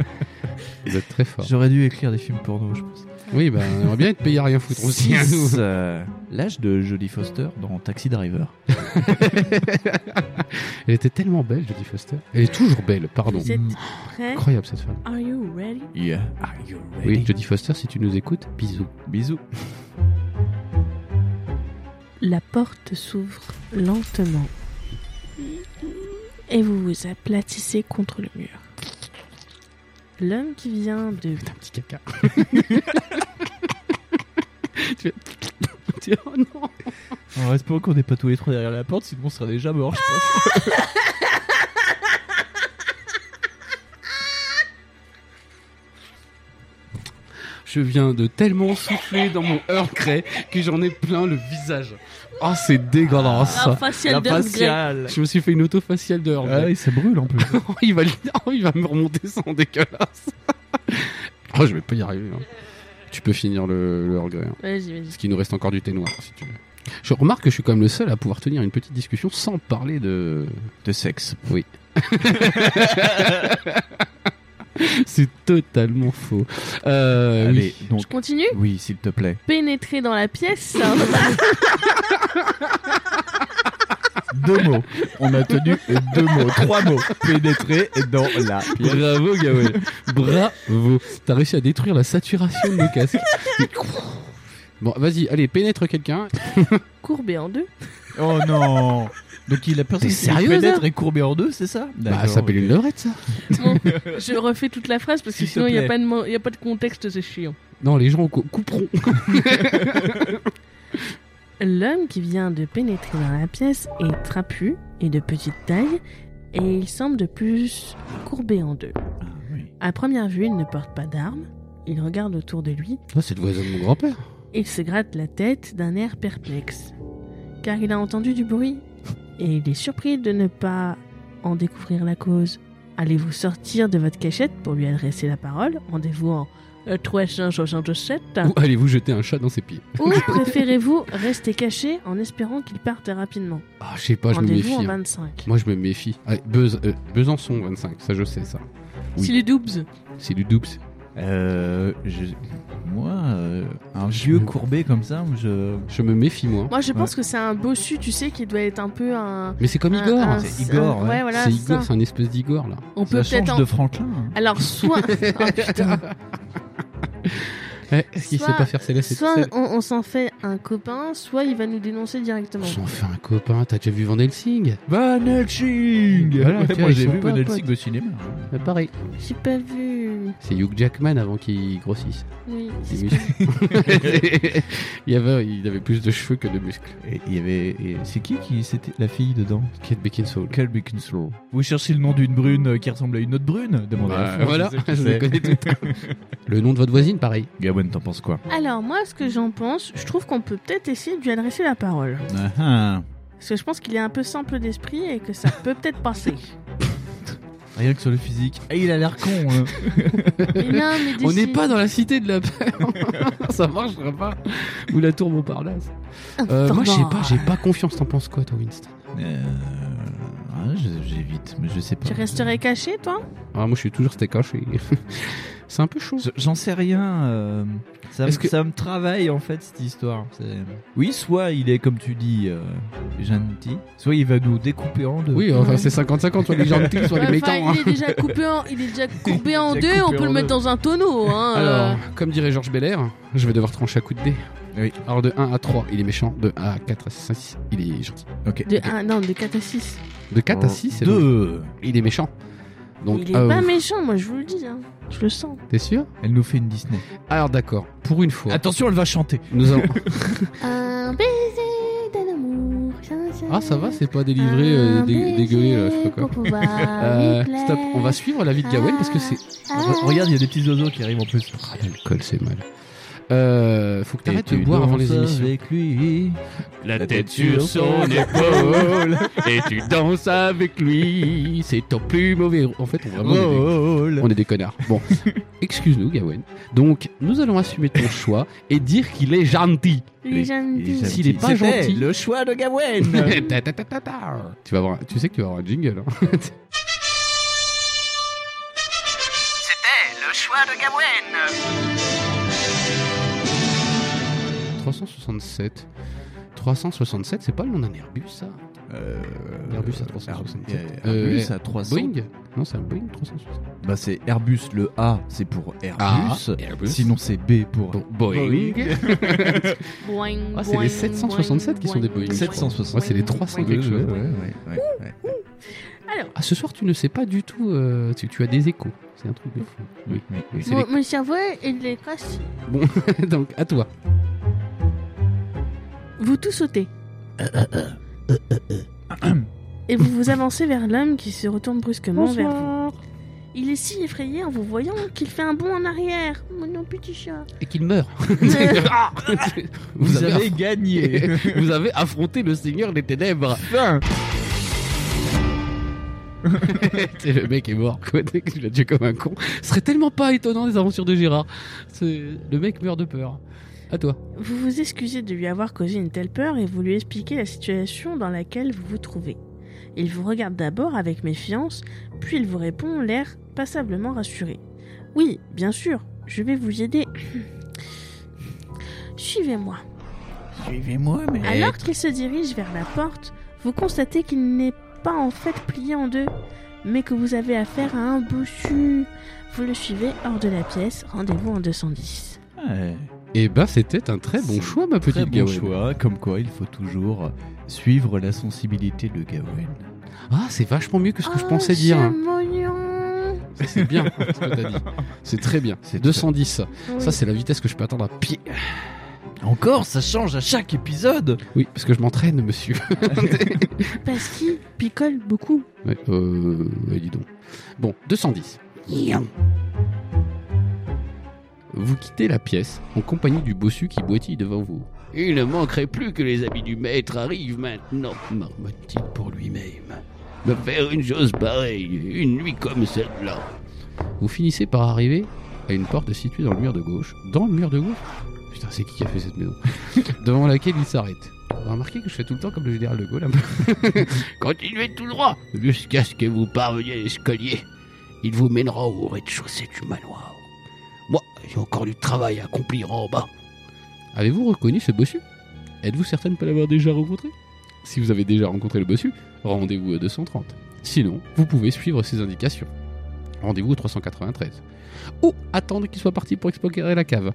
Speaker 3: (laughs) vous êtes très fort.
Speaker 4: J'aurais dû écrire des films porno, je pense.
Speaker 3: Oui, bah, on aurait bien être payé à rien foutre aussi. hein, nous.
Speaker 4: Six, euh, L'âge de Jodie Foster dans Taxi Driver.
Speaker 3: Elle était tellement belle, Jodie Foster. Elle est toujours belle, pardon.
Speaker 4: Mm.
Speaker 2: Vous êtes prêts
Speaker 3: Incroyable cette femme.
Speaker 2: Are you ready
Speaker 4: Yeah.
Speaker 3: Oui, Jodie Foster, si tu nous écoutes, bisous.
Speaker 4: Bisous.
Speaker 2: La porte s'ouvre lentement. Et vous vous aplatissez contre le mur. L'homme qui vient de...
Speaker 3: Putain, petit
Speaker 4: (laughs)
Speaker 3: caca. (laughs) tu fais- tu fais, oh non.
Speaker 4: En espérant qu'on n'est pas tous les trois derrière la porte, sinon on serait déjà mort, je pense.
Speaker 3: Je viens de tellement souffler dans mon Earl Grey que j'en ai plein le visage. Oh, c'est dégueulasse.
Speaker 2: Ah, facial
Speaker 4: la
Speaker 2: d'Earl Grey.
Speaker 4: faciale. Ah
Speaker 3: Je me suis fait une auto faciale de Earl Grey.
Speaker 4: ça brûle en plus.
Speaker 3: Oh, il (laughs) va, oh, il va me remonter son dégueulasse. (laughs) oh, je vais pas y arriver. hein. Tu peux finir le, le Earl Grey, hein.
Speaker 2: Vas-y, vas-y.
Speaker 3: Parce qu'il nous reste encore du thé noir, si tu veux. Je remarque que je suis quand même le seul à pouvoir tenir une petite discussion sans parler de. (laughs)
Speaker 4: De sexe.
Speaker 3: Oui. C'est totalement faux. Euh,
Speaker 4: Allez,
Speaker 3: oui.
Speaker 4: donc.
Speaker 2: Je continue
Speaker 4: Oui, s'il te plaît.
Speaker 2: Pénétrer dans la
Speaker 4: (laughs)
Speaker 2: pièce.
Speaker 4: Deux mots. On a tenu deux mots, (laughs)
Speaker 3: (laughs)
Speaker 4: trois mots. Pénétrer dans la pièce.
Speaker 3: Bravo, Gaël. Bravo. T'as réussi à détruire la saturation de nos casques. Bon, vas-y, allez, pénètre quelqu'un. Bah,
Speaker 2: Courbé en deux.
Speaker 4: Oh non. Donc il a personne
Speaker 3: T'es
Speaker 4: qui
Speaker 3: sérieux,
Speaker 4: pénètre et courbé en deux, c'est ça
Speaker 3: Bah, ça s'appelle une levrette, ça.
Speaker 2: Bon, je refais toute la phrase parce que
Speaker 4: S'il te
Speaker 2: sinon il n'y a,
Speaker 4: plaît.
Speaker 2: pas de mo- y a pas de contexte, c'est chiant.
Speaker 3: Non, les gens cou- couperont.
Speaker 2: L'homme qui vient de pénétrer dans la pièce est trapu et de petite taille et il semble de plus courbé en deux.
Speaker 4: Ah, oui.
Speaker 2: À première vue, il ne porte pas d'armes. Il regarde autour de lui.
Speaker 3: Ah, c'est le voisin de mon grand-père.
Speaker 2: Il se gratte la tête d'un air perplexe. Car il a entendu du bruit. Et il est surpris de ne pas en découvrir la cause. Allez-vous sortir de votre cachette pour lui adresser la parole en dévouant euh, 367
Speaker 3: Ou allez-vous jeter un chat dans ses pieds
Speaker 2: Ou préférez-vous rester caché en espérant qu'il parte rapidement
Speaker 3: Ah, je sais pas, je me
Speaker 2: Rendez-vous
Speaker 3: méfie.
Speaker 2: en
Speaker 3: hein.
Speaker 2: 25.
Speaker 3: Moi, je me méfie. Allez, Beuz- euh, Besançon, 25, ça je sais, ça. Oui.
Speaker 2: Si le doubs.
Speaker 3: C'est du double.
Speaker 4: Euh, je- Moi, euh, un vieux courbé comme ça, je.
Speaker 3: Je me méfie, moi.
Speaker 2: Moi je pense que c'est un bossu, tu sais, qui doit être un peu un.
Speaker 3: Mais c'est comme
Speaker 2: un-
Speaker 3: Igor.
Speaker 2: un-
Speaker 4: C'est Igor,
Speaker 2: un-
Speaker 4: ouais.
Speaker 2: ouais, euh, voilà,
Speaker 3: c'est
Speaker 2: ça.
Speaker 3: Igor, c'est un espèce d'Igor, là.
Speaker 2: On peut
Speaker 4: Ça
Speaker 2: peut-être
Speaker 4: change
Speaker 2: en
Speaker 4: de Franklin. hein.
Speaker 2: Alors,
Speaker 3: (laughs)
Speaker 2: soit, (laughs) Ah, putain.
Speaker 3: Ouais, Est-ce Eh, qu'il
Speaker 2: Soit-
Speaker 3: sait pas faire ses lacets tout
Speaker 2: soit
Speaker 3: seul
Speaker 2: on, on s'en fait un copain, soit il va nous dénoncer directement.
Speaker 3: J'en fais un copain, t'as déjà vu Van Helsing
Speaker 4: Van Helsing
Speaker 3: Voilà, tu vois,
Speaker 4: Moi
Speaker 3: ils
Speaker 4: j'ai
Speaker 3: sont
Speaker 4: vu
Speaker 3: pas
Speaker 4: Van Helsing
Speaker 3: potes.
Speaker 4: au cinéma. hein.
Speaker 3: Bah, Pareil.
Speaker 2: J'ai pas vu.
Speaker 3: C'est Hugh Jackman avant qu'il grossisse.
Speaker 2: Oui,
Speaker 3: Des
Speaker 2: c'est-
Speaker 3: muscles. il, y avait, il avait plus de cheveux que de muscles.
Speaker 4: Et il y avait. et C'est qui qui c'était la fille dedans
Speaker 3: Kate Beckinsale.
Speaker 4: Cal Beckinslow. Vous cherchez le nom d'une brune euh, qui ressemble à une autre brune Demandez
Speaker 3: Bah,
Speaker 4: à Alphonse,
Speaker 3: voilà,
Speaker 4: je (laughs) sais qui
Speaker 3: je
Speaker 4: c'est.
Speaker 3: les connais toutes. Le nom de votre voisine, pareil.
Speaker 4: Gawen, t'en penses quoi
Speaker 2: Alors, moi, ce que j'en pense, je trouve qu'on peut peut-être essayer de lui adresser la parole.
Speaker 4: Ah, ah.
Speaker 2: Parce que je pense qu'il est un peu simple d'esprit et que ça peut peut-être
Speaker 3: (laughs)
Speaker 2: passer.
Speaker 4: Rien que sur le physique. Ah, il a l'air con. hein.
Speaker 2: Mais non, mais
Speaker 3: On
Speaker 2: d'ici-
Speaker 3: n'est pas dans la cité de la peur. (laughs) ça marchera pas. Ou la tour Montparnasse. Euh, moi, je sais pas, j'ai pas confiance. T'en penses quoi, toi, Winston
Speaker 4: Euh, ah, je- J'évite, mais je sais pas.
Speaker 2: Tu resterais caché, toi
Speaker 3: Ah, moi, je suis toujours steak haché. (laughs) C'est un peu chaud.
Speaker 4: Je- J'en sais rien. euh, Ça, me,
Speaker 3: Est-ce que-
Speaker 4: ça me travaille en fait cette histoire. C'est- Oui, soit il est comme tu dis, euh, gentil, soit il va nous découper en deux.
Speaker 3: Oui, enfin, c'est 50-50, soit les gentils, soit les
Speaker 2: Ouais, enfin,
Speaker 3: méchants. hein.
Speaker 2: il est
Speaker 3: (laughs)
Speaker 2: déjà coupé en, il est déjà courbé en
Speaker 4: Il est
Speaker 2: deux,
Speaker 4: déjà
Speaker 2: on
Speaker 4: coupé
Speaker 2: peut
Speaker 4: en
Speaker 2: le mettre
Speaker 4: deux.
Speaker 2: dans un tonneau. Hein,
Speaker 3: Alors,
Speaker 2: euh.
Speaker 3: comme dirait Georges Belair, je vais devoir trancher à coups de dés.
Speaker 4: Oui.
Speaker 3: Alors, de 1 à 3, il est méchant. De 1 à 4 à 6, il est gentil.
Speaker 4: Ok.
Speaker 2: De, ah, non, de 4 à 6.
Speaker 3: De 4 euh, à 6, c'est bon.
Speaker 4: deux.
Speaker 3: Il est méchant. Donc,
Speaker 2: il est
Speaker 3: euh,
Speaker 2: pas méchant, moi, je vous le dis. hein. Je le sens.
Speaker 3: t'es sûr
Speaker 4: Elle nous fait une Disney.
Speaker 3: Alors, d'accord. Pour une fois,
Speaker 4: Attention, elle va chanter.
Speaker 3: nous (laughs) allons.
Speaker 1: Un baiser d'un amour. sincère.
Speaker 3: Ah, ça va, c'est pas délivré, euh,
Speaker 1: Un
Speaker 3: dé-
Speaker 1: baiser
Speaker 3: dégueulé, là, je sais pas quoi.
Speaker 1: pour
Speaker 3: (laughs)
Speaker 1: pouvoir
Speaker 3: Euh,
Speaker 1: éclairer.
Speaker 3: stop, on va suivre la vie de Gawain parce que c'est.
Speaker 1: Ah.
Speaker 4: Re- regarde, il y a des petits oiseaux qui arrivent en plus.
Speaker 3: Ah, l'alcool, c'est mal. Euh, faut que t'arrêtes de boire avant les émissions.
Speaker 4: Avec lui.
Speaker 3: La
Speaker 4: tête sur son
Speaker 3: (laughs) épaule et tu danses avec lui. C'est ton plus mauvais. En fait, on, vraiment, on Ah est des- (laughs) on est des connards. Bon, excuse-nous, Gawen. Donc, nous allons assumer ton choix et dire qu'il est gentil. (laughs)
Speaker 2: Il est
Speaker 4: Les-
Speaker 2: gentil.
Speaker 3: S'il est pas
Speaker 4: C'était
Speaker 3: gentil.
Speaker 4: Le choix de (laughs) Gawen.
Speaker 3: Ta, ta, ta, ta, ta. tu vas avoir, un- tu sais que tu vas avoir un jingle. hein. (laughs)
Speaker 7: C'était le choix de Gawen.
Speaker 3: 367. 367, c'est pas le nom d'un Airbus, ça
Speaker 4: Euh,
Speaker 3: Airbus A367.
Speaker 4: Airbus
Speaker 3: Euh,
Speaker 4: à 300.
Speaker 3: Boeing Non, c'est un Boeing Ah. 367.
Speaker 4: Bah, c'est Airbus, le A, c'est pour Ah, Airbus.
Speaker 3: Airbus.
Speaker 4: Sinon, c'est B pour.
Speaker 3: Bon, Boeing.
Speaker 2: Boing,
Speaker 3: Ah, c'est les
Speaker 2: boing,
Speaker 3: 767 qui sont
Speaker 2: boing,
Speaker 3: des Boeing,
Speaker 2: boing,
Speaker 4: 760.
Speaker 3: Ouais, c'est les
Speaker 2: boing,
Speaker 3: 300
Speaker 2: boing.
Speaker 3: quelque chose.
Speaker 4: Ouais, ouais, ouais, ouais.
Speaker 3: Ah, ce soir, tu ne sais pas du tout. euh, tu, tu as des échos. C'est un truc de fou. (laughs) Oui.
Speaker 4: oui, oui.
Speaker 3: C'est
Speaker 2: Mon, mon cerveau, il est crasse.
Speaker 3: les- Donc, à toi.
Speaker 2: Vous tous
Speaker 3: (coughs)
Speaker 2: sautez. Et vous vous avancez vers l'homme qui se retourne brusquement vers vous. Il est si effrayé en vous voyant qu'il fait un bond en arrière. Mon nom, petit chat.
Speaker 3: Et qu'il (laughs) meurt.
Speaker 2: Euh,
Speaker 3: Vous, avez,
Speaker 4: gagné.
Speaker 3: (laughs) vous avez affronté le Seigneur des Ténèbres. C'est le mec est mort, quoi. Dès que tu l'as tué comme un con. Ce serait tellement pas étonnant des aventures de Gérard. C'est- Le mec meurt de peur. À toi.
Speaker 2: vous vous excusez de lui avoir causé une telle peur et vous lui expliquez la situation dans laquelle vous vous trouvez. Il vous regarde d'abord avec méfiance, puis il vous répond l'air passablement rassuré. Oui, bien sûr, je vais vous aider. (clears throat) Suivez-moi.
Speaker 4: Suivez-moi, mais.
Speaker 2: Alors qu'il se dirige vers la porte, vous constatez qu'il n'est pas en fait plié en deux, mais que vous avez affaire à un bossu. Vous le suivez hors de la pièce, rendez-vous en 210.
Speaker 4: Ouais.
Speaker 3: Eh ben, c'était un très bon
Speaker 4: C'est
Speaker 3: choix, ma petite
Speaker 4: Très bon
Speaker 3: Gawain.
Speaker 4: choix, comme quoi il faut toujours suivre la sensibilité de Gawain.
Speaker 3: Ah, c'est vachement mieux que ce que je pensais dire. hein. Ça, C'est bien ce que t'as dit. C'est très bien.
Speaker 4: C'est
Speaker 3: 210. Ça, c'est la vitesse que je peux atteindre à pied.
Speaker 4: Encore, ça change à chaque épisode
Speaker 3: Oui, parce que je m'entraîne, monsieur.
Speaker 2: Parce qu'il picole beaucoup.
Speaker 3: Ouais, euh, ouais, dis donc. Bon, 210. Vous quittez la pièce en compagnie du bossu qui boitille devant vous. Il ne manquerait plus que les habits du maître arrivent maintenant, marmotte-t-il pour lui-même. Me faire une chose pareille, une nuit comme celle-là. Vous finissez par arriver à une porte située dans le mur de gauche. Dans le mur de gauche Putain, c'est qui qui a fait cette maison (laughs) Devant laquelle il s'arrête. Vous remarquez que je fais tout le temps comme le général de Gaulle. un peu. Continuez tout droit jusqu'à ce que vous parveniez à l'escalier. Il vous mènera au rez-de-chaussée du manoir. Moi, j'ai encore du travail à accomplir en bas. Avez-vous reconnu ce bossu Êtes-vous certaine de ne pas l'avoir déjà rencontré Si vous avez déjà rencontré le bossu, rendez-vous à 230. Sinon, vous pouvez suivre ses indications. Rendez-vous au 393. Ou attendre qu'il soit parti pour explorer la cave.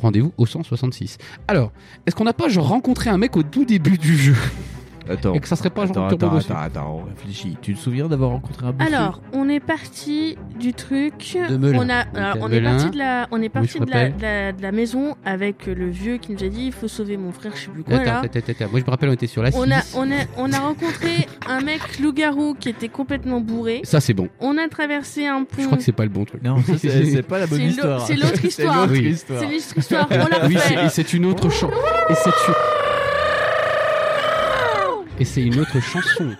Speaker 3: Rendez-vous au 166. Alors, est-ce qu'on n'a pas genre rencontré un mec au tout début du jeu
Speaker 4: Attends,
Speaker 3: Et que ça serait pas
Speaker 4: attends,
Speaker 3: genre
Speaker 4: attends,
Speaker 3: Turbo Bossu
Speaker 4: attends, attends, on réfléchit. Tu te souviens d'avoir rencontré un bossu
Speaker 2: Alors, on est parti du truc.
Speaker 3: De Melun.
Speaker 2: On, a,
Speaker 3: Ok,
Speaker 2: alors, on est
Speaker 3: Melun.
Speaker 2: parti de la, on est parti
Speaker 3: je
Speaker 2: de, la,
Speaker 3: rappelle.
Speaker 2: de la- de la maison avec le vieux qui nous a dit il faut sauver mon frère, je sais plus quoi.
Speaker 3: Attends,
Speaker 2: là.
Speaker 3: attends, attends, attends. Moi, je me rappelle, on était sur la
Speaker 2: On a,
Speaker 3: six.
Speaker 2: on, a, on a rencontré un mec loup-garou qui était complètement bourré.
Speaker 3: Ça, c'est bon.
Speaker 2: On a traversé un pont.
Speaker 3: Je crois que c'est pas le bon truc.
Speaker 4: Non,
Speaker 3: (laughs)
Speaker 4: ça, c'est c'est pas la bonne
Speaker 2: C'est l'au-
Speaker 4: histoire.
Speaker 2: c'est
Speaker 4: (laughs)
Speaker 2: l'autre histoire.
Speaker 4: l'autre
Speaker 3: Oui.
Speaker 4: histoire.
Speaker 2: C'est l'autre histoire, on l'a
Speaker 3: Oui,
Speaker 2: refait.
Speaker 3: c'est- et c'est une autre chanson. Et c'est une... Et c'est une autre chanson.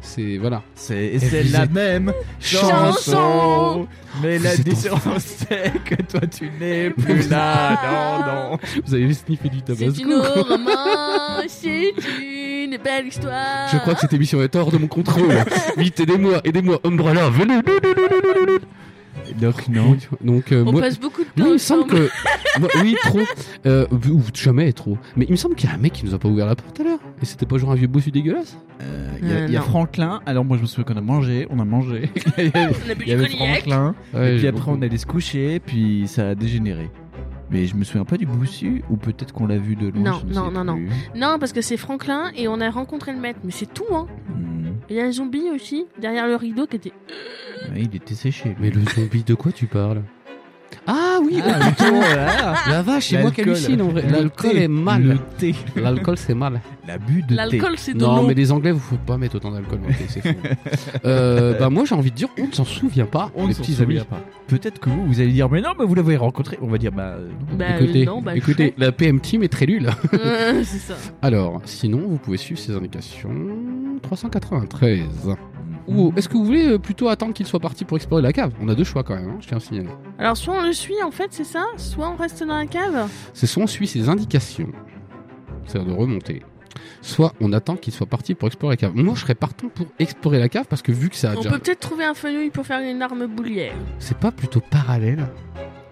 Speaker 3: C'est... Voilà.
Speaker 4: C'est et
Speaker 3: Et
Speaker 4: c'est
Speaker 3: vous
Speaker 4: la
Speaker 3: êtes-
Speaker 4: même chanson.
Speaker 2: Chanson.
Speaker 4: Mais
Speaker 3: Vous
Speaker 4: la
Speaker 3: êtes en-
Speaker 4: différence, c'est que toi, tu (laughs) n'es plus là. Non, non.
Speaker 3: Vous avez sniffé du
Speaker 2: C'est
Speaker 3: tabasco.
Speaker 2: une romance, c'est une belle histoire.
Speaker 3: Je crois que cette émission est hors de mon contrôle. Vite, aidez-moi, aidez-moi. Umbrella, venez.
Speaker 4: Donc, non.
Speaker 3: Donc, euh,
Speaker 2: on
Speaker 3: moi...
Speaker 2: passe beaucoup de temps.
Speaker 3: Moi, il me
Speaker 2: ensemble.
Speaker 3: semble que... Moi, oui, trop. Euh, ou jamais trop. Mais il me semble qu'il y a un mec qui nous a pas ouvert la porte à l'heure. Et c'était pas genre un vieux bossu dégueulasse
Speaker 4: Il y a,
Speaker 2: Euh,
Speaker 4: il y a
Speaker 2: non.
Speaker 4: Franklin. Alors, moi, je me souviens qu'on a mangé. On a mangé. (laughs)
Speaker 2: On a bu
Speaker 4: Il y
Speaker 2: du
Speaker 4: avait
Speaker 2: cognac.
Speaker 4: Franklin.
Speaker 3: Ouais,
Speaker 4: et puis
Speaker 3: j'ai
Speaker 4: après,
Speaker 3: beaucoup-
Speaker 4: on allait se coucher. Puis ça a dégénéré. Mais je me souviens pas du boussu. Ou peut-être qu'on l'a vu de loin.
Speaker 2: Non,
Speaker 4: je ne
Speaker 2: non,
Speaker 4: sais
Speaker 2: non, non.
Speaker 4: plus.
Speaker 2: Non, parce que c'est Franklin et on a rencontré le maître. Mais c'est tout, hein.
Speaker 4: Hmm.
Speaker 2: Il y a un zombie aussi derrière le rideau qui était.
Speaker 4: Ouais, il était séché. lui.
Speaker 3: Mais le zombie, de quoi tu parles Ah oui,
Speaker 4: Ah, (laughs) le thon, voilà.
Speaker 3: La vache, c'est moi qui
Speaker 4: L'alcool.
Speaker 3: hallucine en vrai.
Speaker 4: Le
Speaker 3: L'alcool
Speaker 4: thé.
Speaker 3: est
Speaker 4: Le
Speaker 3: mal.
Speaker 4: thé.
Speaker 3: L'alcool, c'est mal.
Speaker 4: L'abus de thé.
Speaker 2: L'alcool, c'est de
Speaker 3: Non,
Speaker 8: (laughs)
Speaker 2: l'eau.
Speaker 3: mais les Anglais, vous faut pas mettre autant d'alcool dans le thé, c'est fou. Euh, bah, moi, j'ai envie de dire, on ne s'en souvient pas,
Speaker 4: On
Speaker 3: mes
Speaker 4: s'en
Speaker 3: petits
Speaker 4: souvient
Speaker 3: amis.
Speaker 4: pas. Peut-être que vous, vous allez dire, mais non, mais vous l'avez rencontré. On va dire, bah, euh, non.
Speaker 2: Bah, euh,
Speaker 3: écoutez,
Speaker 2: non, bah,
Speaker 3: écoutez la PM Team est très nulle. (laughs)
Speaker 2: je- Euh, c'est ça.
Speaker 3: Alors, sinon, vous pouvez suivre ces indications. 393. Ou est-ce que vous voulez euh, plutôt attendre qu'il soit parti pour explorer la cave On a deux choix quand même, hein, je tiens à signaler.
Speaker 2: Alors, soit on le suit, en fait, c'est ça Soit on reste dans la cave
Speaker 3: C'est soit on suit ses indications, c'est-à-dire de remonter, soit on attend qu'il soit parti pour explorer la cave. Moi, je serais partant pour explorer la cave parce
Speaker 8: Ah,
Speaker 3: que vu que ça a
Speaker 2: On
Speaker 3: déjà...
Speaker 2: peut peut-être trouver un fenouil pour faire une arme boulière.
Speaker 3: C'est pas plutôt parallèle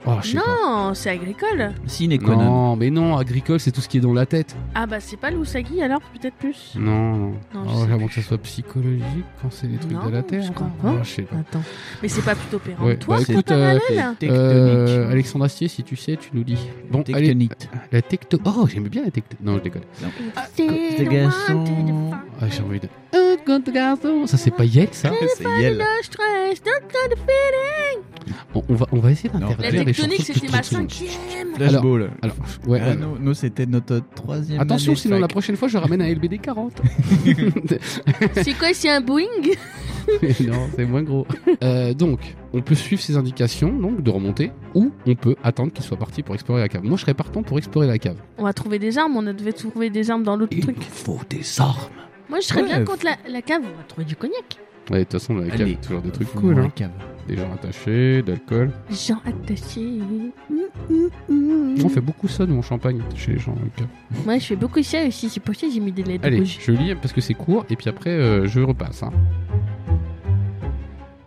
Speaker 8: Oh, je sais pas.
Speaker 2: Non, c'est agricole.
Speaker 4: Si, Nekonon.
Speaker 3: Non, mais non, agricole, c'est tout ce qui est dans la tête.
Speaker 2: Ah bah c'est pas l'ousagi alors peut-être plus.
Speaker 3: Non, non.
Speaker 2: Non, je
Speaker 8: Oh,
Speaker 2: sais
Speaker 8: avant que ça soit psychologique, quand c'est des trucs
Speaker 2: Non,
Speaker 8: de la terre.
Speaker 2: je comprends
Speaker 3: Ah,
Speaker 8: Oh, je sais
Speaker 2: pas.
Speaker 8: pas.
Speaker 2: Attends. Mais c'est pas plutôt
Speaker 8: Ouais,
Speaker 2: péremptoire
Speaker 8: bah,
Speaker 2: c'est
Speaker 8: écoute,
Speaker 2: pas
Speaker 8: euh,
Speaker 2: parallèle
Speaker 8: Euh, Alexandre Astier, si tu sais, tu nous dis. Bon, allez,
Speaker 4: Tectonite.
Speaker 8: la tecto.
Speaker 3: Oh, j'aime bien les tectoniques. Non, je déconne.
Speaker 2: Ah,
Speaker 1: C'est
Speaker 4: des garçons.
Speaker 8: Ah, j'ai envie de.
Speaker 3: Un grand garçon. Ça, c'est pas Yel, ça
Speaker 4: C'est Yel.
Speaker 8: Bah,
Speaker 3: Bon, on, va, on va essayer
Speaker 2: La
Speaker 4: La
Speaker 3: d'interdire les
Speaker 2: tectonique,
Speaker 3: chansons
Speaker 2: c'était
Speaker 3: toutes
Speaker 2: ma
Speaker 3: secondes.
Speaker 2: cinquième.
Speaker 4: Flashball.
Speaker 8: Alors, ouais.
Speaker 4: Ah
Speaker 8: euh,
Speaker 4: non, nous, c'était notre troisième.
Speaker 3: Attention,
Speaker 4: année de
Speaker 3: sinon la
Speaker 4: fac.
Speaker 3: prochaine fois, je ramène un LBD
Speaker 4: (laughs)
Speaker 3: 40.
Speaker 2: C'est quoi, c'est un Boeing
Speaker 3: (laughs) non, c'est moins gros. Euh, donc, on peut suivre ces indications, donc de remonter, ou on peut attendre qu'il soit parti pour explorer la cave. Moi, je serais partant pour explorer la cave.
Speaker 2: On va trouver des armes, on devait trouver des armes dans l'autre truc.
Speaker 3: faut des armes.
Speaker 2: Moi je serais
Speaker 4: Ouais.
Speaker 2: bien contre la, la cave, on va trouver du cognac.
Speaker 3: Ouais, de toute façon, la cave,
Speaker 4: Allez.
Speaker 3: c'est toujours des trucs
Speaker 4: Fous-moi
Speaker 3: cool.
Speaker 4: la
Speaker 3: Hein.
Speaker 4: cave.
Speaker 3: Des gens attachés, d'alcool.
Speaker 2: Jean attaché.
Speaker 4: Mm.
Speaker 3: On fait beaucoup ça, nous, en champagne, chez les gens. dans la cave.
Speaker 2: Moi je fais beaucoup ça aussi, c'est pour ça que j'ai mis des lettres
Speaker 3: Allez,
Speaker 2: rouges.
Speaker 3: je lis parce que c'est court et puis après euh, je repasse. hein.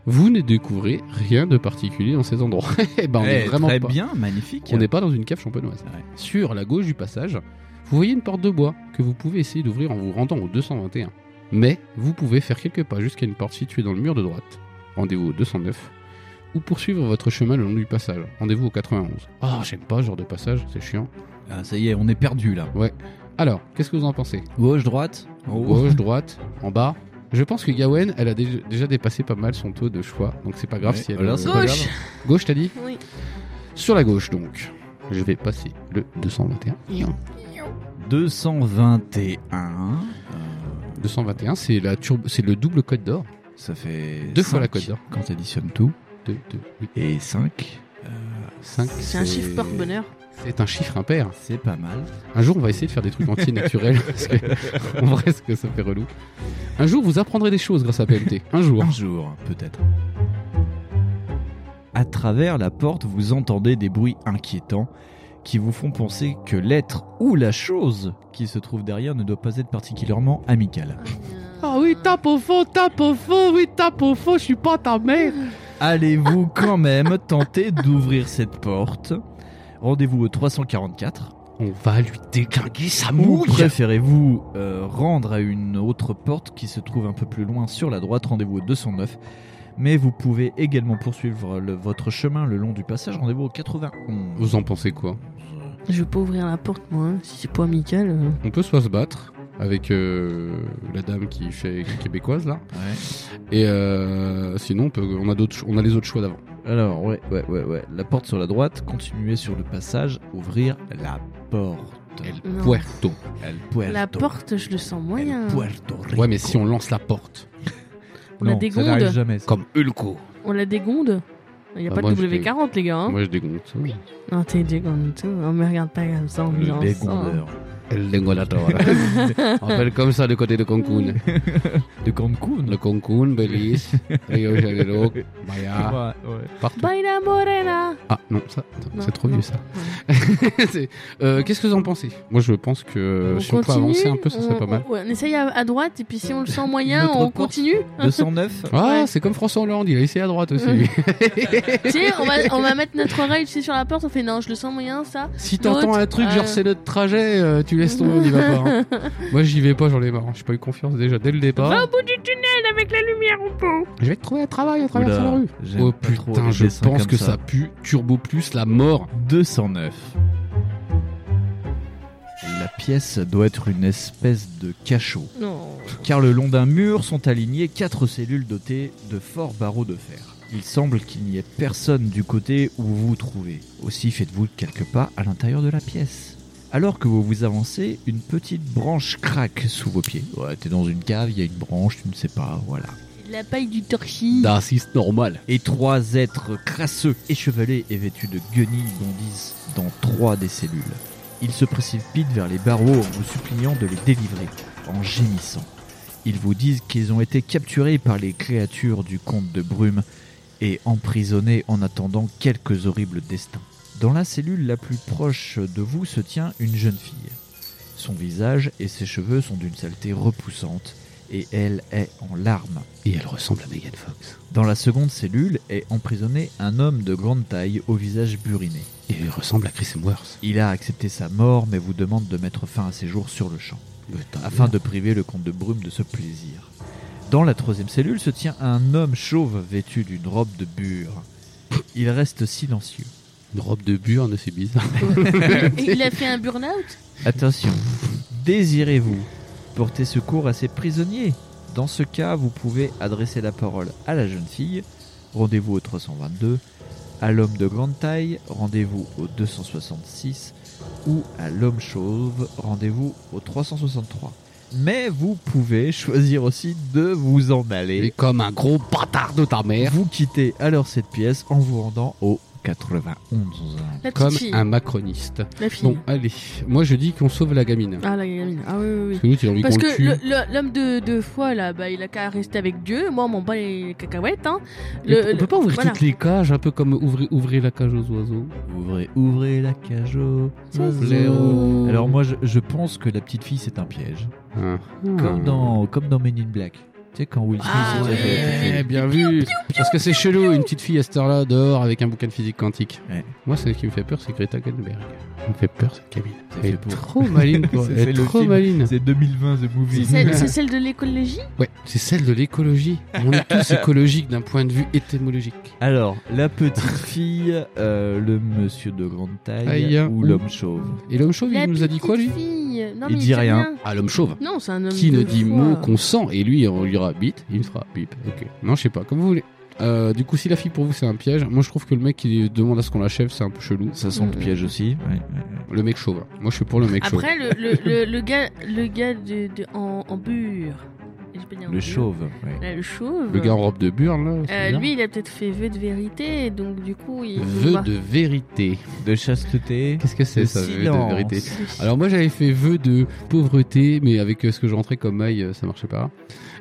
Speaker 3: Vous ne découvrez rien de particulier dans ces endroits. (laughs) eh ben, on est
Speaker 4: Eh,
Speaker 3: vraiment
Speaker 4: Très
Speaker 3: pas.
Speaker 4: bien, magnifique.
Speaker 3: On n'est pas dans une cave champenoise.
Speaker 4: Ouais.
Speaker 3: Sur la gauche du passage, vous voyez une porte de bois que vous pouvez essayer d'ouvrir en vous rendant au 221. Mais vous pouvez faire quelques pas jusqu'à une porte située dans le mur de droite. Rendez-vous au 209. Ou poursuivre votre chemin le long du passage. Rendez-vous au 91. Ah, j'aime pas ce genre de passage, c'est chiant.
Speaker 4: Ah, ça y est, on est perdu là.
Speaker 3: Alors, qu'est-ce que vous en pensez
Speaker 4: Gauche, droite. Oh.
Speaker 3: Gauche, droite, en bas. Je pense que Gawen, elle a déjà, déjà dépassé pas mal son taux de choix, donc c'est pas grave
Speaker 4: Ouais,
Speaker 3: si elle.
Speaker 4: alors c'est pas
Speaker 3: euh,
Speaker 2: grave.
Speaker 3: Gauche, t'as dit
Speaker 2: Oui.
Speaker 3: Sur la gauche, donc. Je vais passer le 221.
Speaker 4: 221. Euh,
Speaker 3: 221, c'est la turbo, c'est le double code d'or.
Speaker 4: ça fait.
Speaker 3: Deux fois
Speaker 4: cinq
Speaker 3: la cote hein. d'or.
Speaker 4: Quand t'additionnes tout.
Speaker 3: Deux, deux, oui,
Speaker 4: Et euh, 5.
Speaker 3: cinq.
Speaker 2: C'est un chiffre porte-bonheur.
Speaker 3: C'est un chiffre impair.
Speaker 4: C'est pas mal.
Speaker 3: Un jour, on va essayer de faire des trucs entiers naturels, (laughs) parce que, en vrai, ce que ça fait relou. Un jour, vous apprendrez des choses grâce à PMT. Un jour.
Speaker 4: Un jour, peut-être. À travers la porte, vous entendez des bruits inquiétants qui vous font penser que l'être ou la chose qui se trouve derrière ne doit pas être particulièrement amicale.
Speaker 3: Ah oui, tape au fond, tape au fond, oui, tape au fond, je suis pas ta mère. hein.
Speaker 4: Allez-vous quand même tenter d'ouvrir cette porte Rendez-vous au 344.
Speaker 3: On va lui déglinguer sa
Speaker 4: Ou
Speaker 3: mouille.
Speaker 4: préférez-vous euh, rendre à une autre porte qui se trouve un peu plus loin sur la droite, rendez-vous au 209. Mais vous pouvez également poursuivre le- votre chemin le long du passage, rendez-vous au 91.
Speaker 3: Vous en pensez quoi
Speaker 2: Je vais pas ouvrir la porte moi, hein. si c'est pas amical. euh.
Speaker 3: On peut soit se battre avec euh, la dame qui fait québécoise là,
Speaker 4: Ouais.
Speaker 3: et euh, sinon on, peut, on a d'autres, cho- on a les autres choix d'avant.
Speaker 4: Alors, ouais, ouais, ouais, ouais. La porte sur la droite, continuez sur le passage, ouvrir la porte.
Speaker 2: Non.
Speaker 3: Puerto.
Speaker 4: El puerto.
Speaker 2: La porte, je le sens
Speaker 4: El
Speaker 2: moyen.
Speaker 4: Puerto Rico.
Speaker 3: Ouais, mais si on lance la porte,
Speaker 2: On la
Speaker 4: Non, ça n'arrive
Speaker 2: dégonde.
Speaker 4: jamais. ça.
Speaker 3: comme Ulco.
Speaker 2: On la dégonde. Il n'y a
Speaker 3: Ah,
Speaker 2: pas
Speaker 3: moi,
Speaker 2: de
Speaker 3: je
Speaker 2: W40, les gars. Hein.
Speaker 3: Moi je dégonte.
Speaker 2: Non, t'es dégonde tout. On me regarde pas comme ça. On me
Speaker 4: Le
Speaker 2: lance ça.
Speaker 4: dégondeur.
Speaker 3: El (laughs) Dengolator. on appelle comme ça du côté de Cancun.
Speaker 4: De Cancun.
Speaker 3: Le Cancun,
Speaker 4: (laughs)
Speaker 3: Belize, Rio de Janeiro, Maya,
Speaker 4: Ouais, ouais.
Speaker 3: partout.
Speaker 2: Baila Morena.
Speaker 3: Ah non, ça, attends,
Speaker 2: Non,
Speaker 3: c'est trop
Speaker 2: non.
Speaker 3: vieux ça. (laughs) C'est- euh, Qu'est-ce que vous en pensez Moi je pense que
Speaker 2: On
Speaker 3: si on peut
Speaker 2: continue,
Speaker 3: avancer un peu, ça serait
Speaker 2: on-
Speaker 3: pas mal.
Speaker 2: On, ouais, on essaye à, à droite et puis si on le
Speaker 3: (laughs)
Speaker 2: sent moyen,
Speaker 4: Notre
Speaker 2: on
Speaker 4: porte.
Speaker 2: continue. (laughs)
Speaker 4: 209.
Speaker 3: Ah,
Speaker 2: Ouais.
Speaker 3: c'est comme François Hollande, il a essayé à droite aussi.
Speaker 2: Mm.
Speaker 3: lui.
Speaker 2: tu sais, on va, on va mettre notre oreille tu sais, sur la porte. On fait non, je le sens moyen, ça.
Speaker 3: (laughs) Si t'entends
Speaker 2: L'autre,
Speaker 3: un truc, genre
Speaker 2: euh,
Speaker 3: c'est notre trajet, euh, tu laisses tomber, on y va pas.
Speaker 2: (laughs)
Speaker 3: hein. Moi j'y vais pas, j'en ai marre. hein. J'ai pas eu confiance déjà dès le
Speaker 2: Va
Speaker 3: départ.
Speaker 2: au bout du tunnel avec la lumière au pot.
Speaker 3: Je vais te trouver un travail à traverser
Speaker 4: Oula,
Speaker 3: la rue.
Speaker 4: j'aime
Speaker 3: Oh
Speaker 4: pas trop
Speaker 3: putain,
Speaker 4: les
Speaker 3: je
Speaker 4: dessins
Speaker 3: pense
Speaker 4: comme
Speaker 3: que ça. pue Turbo Plus la mort.
Speaker 4: 209. La pièce doit être une espèce de cachot,
Speaker 2: Non.
Speaker 4: car le long d'un mur sont alignées quatre cellules dotées de forts barreaux de fer. Il semble qu'il n'y ait personne du côté où vous vous trouvez. Aussi faites-vous quelques pas à l'intérieur de la pièce. Alors que vous vous avancez, une petite branche craque sous vos pieds. Ouais, t'es dans une cave, il y a une branche, tu ne sais pas, voilà.
Speaker 2: La paille du torchis.
Speaker 3: D'assist normal.
Speaker 4: et trois êtres crasseux, échevelés et vêtus de guenilles bondissent dans trois des cellules. Ils se précipitent vers les barreaux en vous suppliant de les délivrer, en gémissant. Ils vous disent qu'ils ont été capturés par les créatures du comte de Brume et emprisonnés en attendant quelques horribles destins. Dans la cellule la plus proche de vous se tient une jeune fille. Son visage et ses cheveux sont d'une saleté repoussante et elle est en larmes.
Speaker 3: Et elle ressemble à Megan Fox.
Speaker 4: Dans la seconde cellule est emprisonné un homme de grande taille au visage buriné.
Speaker 3: Et elle ressemble à Chris Hemsworth.
Speaker 4: Il a accepté sa mort mais vous demande de mettre fin à ses jours sur le champ, afin de priver le comte de Brume de ce plaisir. Dans la troisième cellule se tient un homme chauve vêtu d'une robe de bure. Il reste silencieux.
Speaker 3: Une robe de burne, c'est bizarre.
Speaker 2: Il a fait un burn-out
Speaker 4: Attention, désirez-vous porter secours à ces prisonniers Dans ce cas, vous pouvez adresser la parole à la jeune fille, rendez-vous au 322, à l'homme de grande taille, rendez-vous au 266, ou à l'homme chauve, rendez-vous au 363. Mais vous pouvez choisir aussi de vous en
Speaker 3: Et
Speaker 4: aller.
Speaker 3: comme un gros bâtard de ta mère.
Speaker 4: Vous quittez alors cette pièce en vous rendant au 91.
Speaker 2: La petite
Speaker 3: Comme
Speaker 2: fille.
Speaker 3: un macroniste.
Speaker 2: La fille.
Speaker 3: Bon, allez. Moi, je dis qu'on sauve la gamine.
Speaker 2: Ah, la gamine. Ah oui, oui, oui.
Speaker 3: Parce que nous, tu as envie
Speaker 2: Parce
Speaker 3: qu'on le
Speaker 2: que
Speaker 3: tue.
Speaker 2: le- le- l'homme de, de foi, là, bah, il a qu'à rester avec Dieu. Moi, on m'en bat les cacahuètes. Hein. Le-
Speaker 3: on peut pas ouvrir
Speaker 2: voilà.
Speaker 3: toutes les cages, un peu comme ouvrir, ouvrir la cage aux oiseaux.
Speaker 4: Ouvrez, ouvrez la cage aux
Speaker 3: oiseaux.
Speaker 4: Alors moi, je, je pense que la petite fille, c'est un piège.
Speaker 3: Ah.
Speaker 4: Comme dans, comme dans Men in Black. Tu sais, quand Will Smith...
Speaker 2: Ah
Speaker 4: il
Speaker 2: ouais.
Speaker 4: fait la petite
Speaker 3: Eh,
Speaker 4: fille.
Speaker 3: bien vu Parce que c'est chelou, une petite fille à cette heure-là, dehors, avec un bouquin de physique quantique.
Speaker 4: Ouais.
Speaker 3: Moi, ce qui me fait peur, c'est Greta Thunberg. Elle me fait peur, cette gamine.
Speaker 4: C'est
Speaker 3: Elle
Speaker 4: fait
Speaker 3: est
Speaker 4: pour.
Speaker 3: trop maline, quoi.
Speaker 4: (laughs) C'est-
Speaker 3: Elle
Speaker 4: c'est
Speaker 3: est
Speaker 4: le
Speaker 3: trop
Speaker 4: film.
Speaker 3: maline.
Speaker 4: C'est 2020, The
Speaker 2: C'est
Speaker 4: Movie.
Speaker 2: celle, c'est celle de l'écologie
Speaker 3: Ouais, c'est celle de l'écologie. On est (laughs) tous écologiques d'un point de vue étymologique.
Speaker 4: Alors, la petite (laughs) fille, euh, le monsieur de grande taille
Speaker 3: Aïe.
Speaker 4: ou l'homme chauve.
Speaker 3: Et l'homme chauve,
Speaker 2: La
Speaker 3: il nous a dit quoi, lui
Speaker 2: petite fille. Non,
Speaker 4: Il
Speaker 2: mais
Speaker 4: dit rien.
Speaker 3: Ah, l'homme chauve.
Speaker 2: Non, c'est un homme
Speaker 3: Qui
Speaker 2: de
Speaker 3: ne dit
Speaker 2: foi.
Speaker 3: mot qu'on sent. Et lui, on lui dira bite, il me fera bip. Ok. Non, je sais pas, comme vous voulez. Euh, du coup, si la fille pour vous c'est un piège, moi je trouve que le mec qui demande à ce qu'on l'achève, c'est un peu chelou.
Speaker 4: Ça sent le piège aussi.
Speaker 3: Le mec chauve. hein. Moi je suis pour le mec chauve.
Speaker 2: Après, le, le, le, le gars, le gars de, de- en, en bure. Je peux dire en
Speaker 4: Le
Speaker 2: bure.
Speaker 4: chauve. ouais.
Speaker 2: Ouais, le chauve.
Speaker 3: Le gars en robe de burne là. c'est
Speaker 2: Euh,
Speaker 3: bizarre.
Speaker 2: lui, il a peut-être fait vœu de vérité, donc du coup, il.
Speaker 3: Vœu
Speaker 2: bah,
Speaker 3: de vérité.
Speaker 4: De chasteté.
Speaker 3: Qu'est-ce que c'est
Speaker 4: de
Speaker 3: ça, vœu
Speaker 4: silence.
Speaker 3: de vérité Alors moi j'avais fait vœu de pauvreté, mais avec euh, ce que je rentrais comme maille, euh, ça marchait pas. (laughs)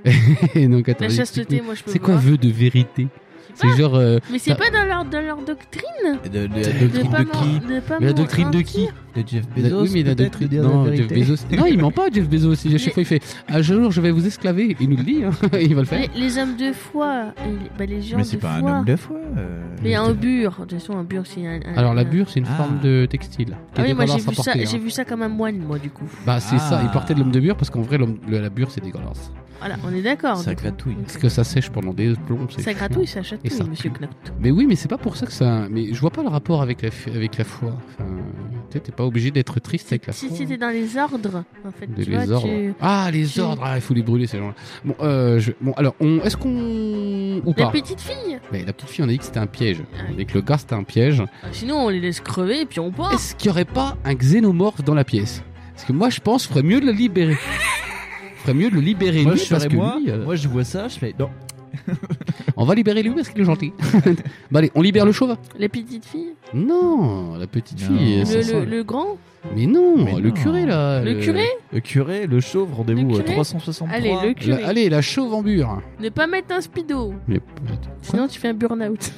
Speaker 3: Et donc attendez,
Speaker 2: La chasteté,
Speaker 3: explique-nous.
Speaker 2: moi, je peux
Speaker 3: C'est quoi
Speaker 2: voir.
Speaker 3: vœu de vérité C'est
Speaker 2: Ben,
Speaker 3: genre euh,
Speaker 2: Mais c'est
Speaker 3: Ça-
Speaker 2: pas dans leur, dans leur doctrine
Speaker 4: De, de- de la
Speaker 2: de
Speaker 4: doctrine
Speaker 2: pas
Speaker 4: de
Speaker 2: men-
Speaker 4: qui
Speaker 2: de pas
Speaker 3: Mais la doctrine de
Speaker 2: mentir.
Speaker 3: qui
Speaker 4: De Jeff
Speaker 3: la-
Speaker 4: Bezos.
Speaker 3: oui, mais la
Speaker 4: peut-être,
Speaker 3: doctrine-
Speaker 4: de dire
Speaker 3: non,
Speaker 4: la
Speaker 3: Jeff
Speaker 4: vérité.
Speaker 3: Bezos.
Speaker 4: (laughs)
Speaker 3: Non, il ment pas, Jeff Bezos. Il- À chaque fois, il fait un jour, je vais vous esclaver. Il nous le dit, hein. (laughs) il va le faire.
Speaker 2: les, les hommes de foi, et les- bah, les gens
Speaker 4: Mais
Speaker 2: de
Speaker 4: c'est pas
Speaker 2: foi.
Speaker 4: un homme de foi. euh.
Speaker 2: Mais un bure, de toute façon, un bure, c'est un. un-
Speaker 3: Alors, la
Speaker 2: un-
Speaker 3: bure, c'est une
Speaker 4: Ah.
Speaker 3: forme de textile. qui
Speaker 2: Ah
Speaker 3: est
Speaker 2: oui, moi j'ai
Speaker 3: dégueulasse à
Speaker 2: vu, ça,
Speaker 3: porter,
Speaker 2: j'ai
Speaker 3: hein.
Speaker 2: vu ça comme un moine, moi, du coup.
Speaker 3: Bah, c'est ça.
Speaker 4: Ah.
Speaker 3: Il portait de l'homme de bure parce qu'en vrai, l'homme- le- la bure, c'est dégueulasse.
Speaker 2: Voilà, on est d'accord.
Speaker 4: Ça
Speaker 2: donc.
Speaker 4: gratouille.
Speaker 3: Parce que ça sèche pendant des plombs. c'est
Speaker 2: Ça
Speaker 3: chiant.
Speaker 2: gratouille, ça
Speaker 3: Et ça
Speaker 2: chatouille, monsieur Knott.
Speaker 3: Mais oui, mais c'est pas pour ça que ça. Mais je vois pas le rapport avec la, f- avec la foi. Enfin, tu sais, t'es pas obligé d'être triste avec la foi. hein.
Speaker 2: Si c'était dans les ordres, en fait,
Speaker 3: De
Speaker 2: tu
Speaker 3: les
Speaker 2: vois,
Speaker 3: ordres.
Speaker 2: tu.
Speaker 3: Ah, les
Speaker 2: tu-
Speaker 3: ordres. Ah, il faut les brûler, ces gens-là. Bon, euh, je- bon alors, on... est-ce qu'on. Ou
Speaker 2: La
Speaker 3: pas
Speaker 2: petite fille
Speaker 3: Mais la petite fille, on a dit que c'était un piège.
Speaker 2: Ah
Speaker 3: On
Speaker 2: oui. Oh.
Speaker 3: a dit que le gars, c'était un piège.
Speaker 2: Ah, Sinon, on les laisse crever et puis on part.
Speaker 3: Est-ce qu'il n'y aurait pas un xénomorphe dans la pièce Parce que moi, je pense, ferait mieux de le libérer. ferait mieux de le libérer
Speaker 4: Moi,
Speaker 3: lui
Speaker 4: je
Speaker 3: parce
Speaker 4: serais
Speaker 3: que
Speaker 4: moi,
Speaker 3: lui, euh,
Speaker 4: moi, je vois ça, je fais non.
Speaker 3: on va libérer lui parce qu'il est gentil. (laughs) bah allez, on libère le chauve.
Speaker 2: La petite fille
Speaker 3: Non, la petite
Speaker 4: Non.
Speaker 3: fille.
Speaker 4: Et
Speaker 2: le,
Speaker 3: ça
Speaker 2: le-
Speaker 3: sent-
Speaker 2: le grand
Speaker 3: Mais non,
Speaker 4: Mais
Speaker 3: le
Speaker 4: non.
Speaker 3: curé là.
Speaker 2: Le curé
Speaker 4: Le curé, le chauve, rendez-vous euh,
Speaker 2: Le
Speaker 4: à
Speaker 2: curé
Speaker 4: 363.
Speaker 2: Allez, le
Speaker 3: La-
Speaker 2: curé.
Speaker 3: allez, la chauve en bure.
Speaker 2: Ne pas mettre un speedo,
Speaker 3: Mais-
Speaker 2: sinon tu fais un burn-out.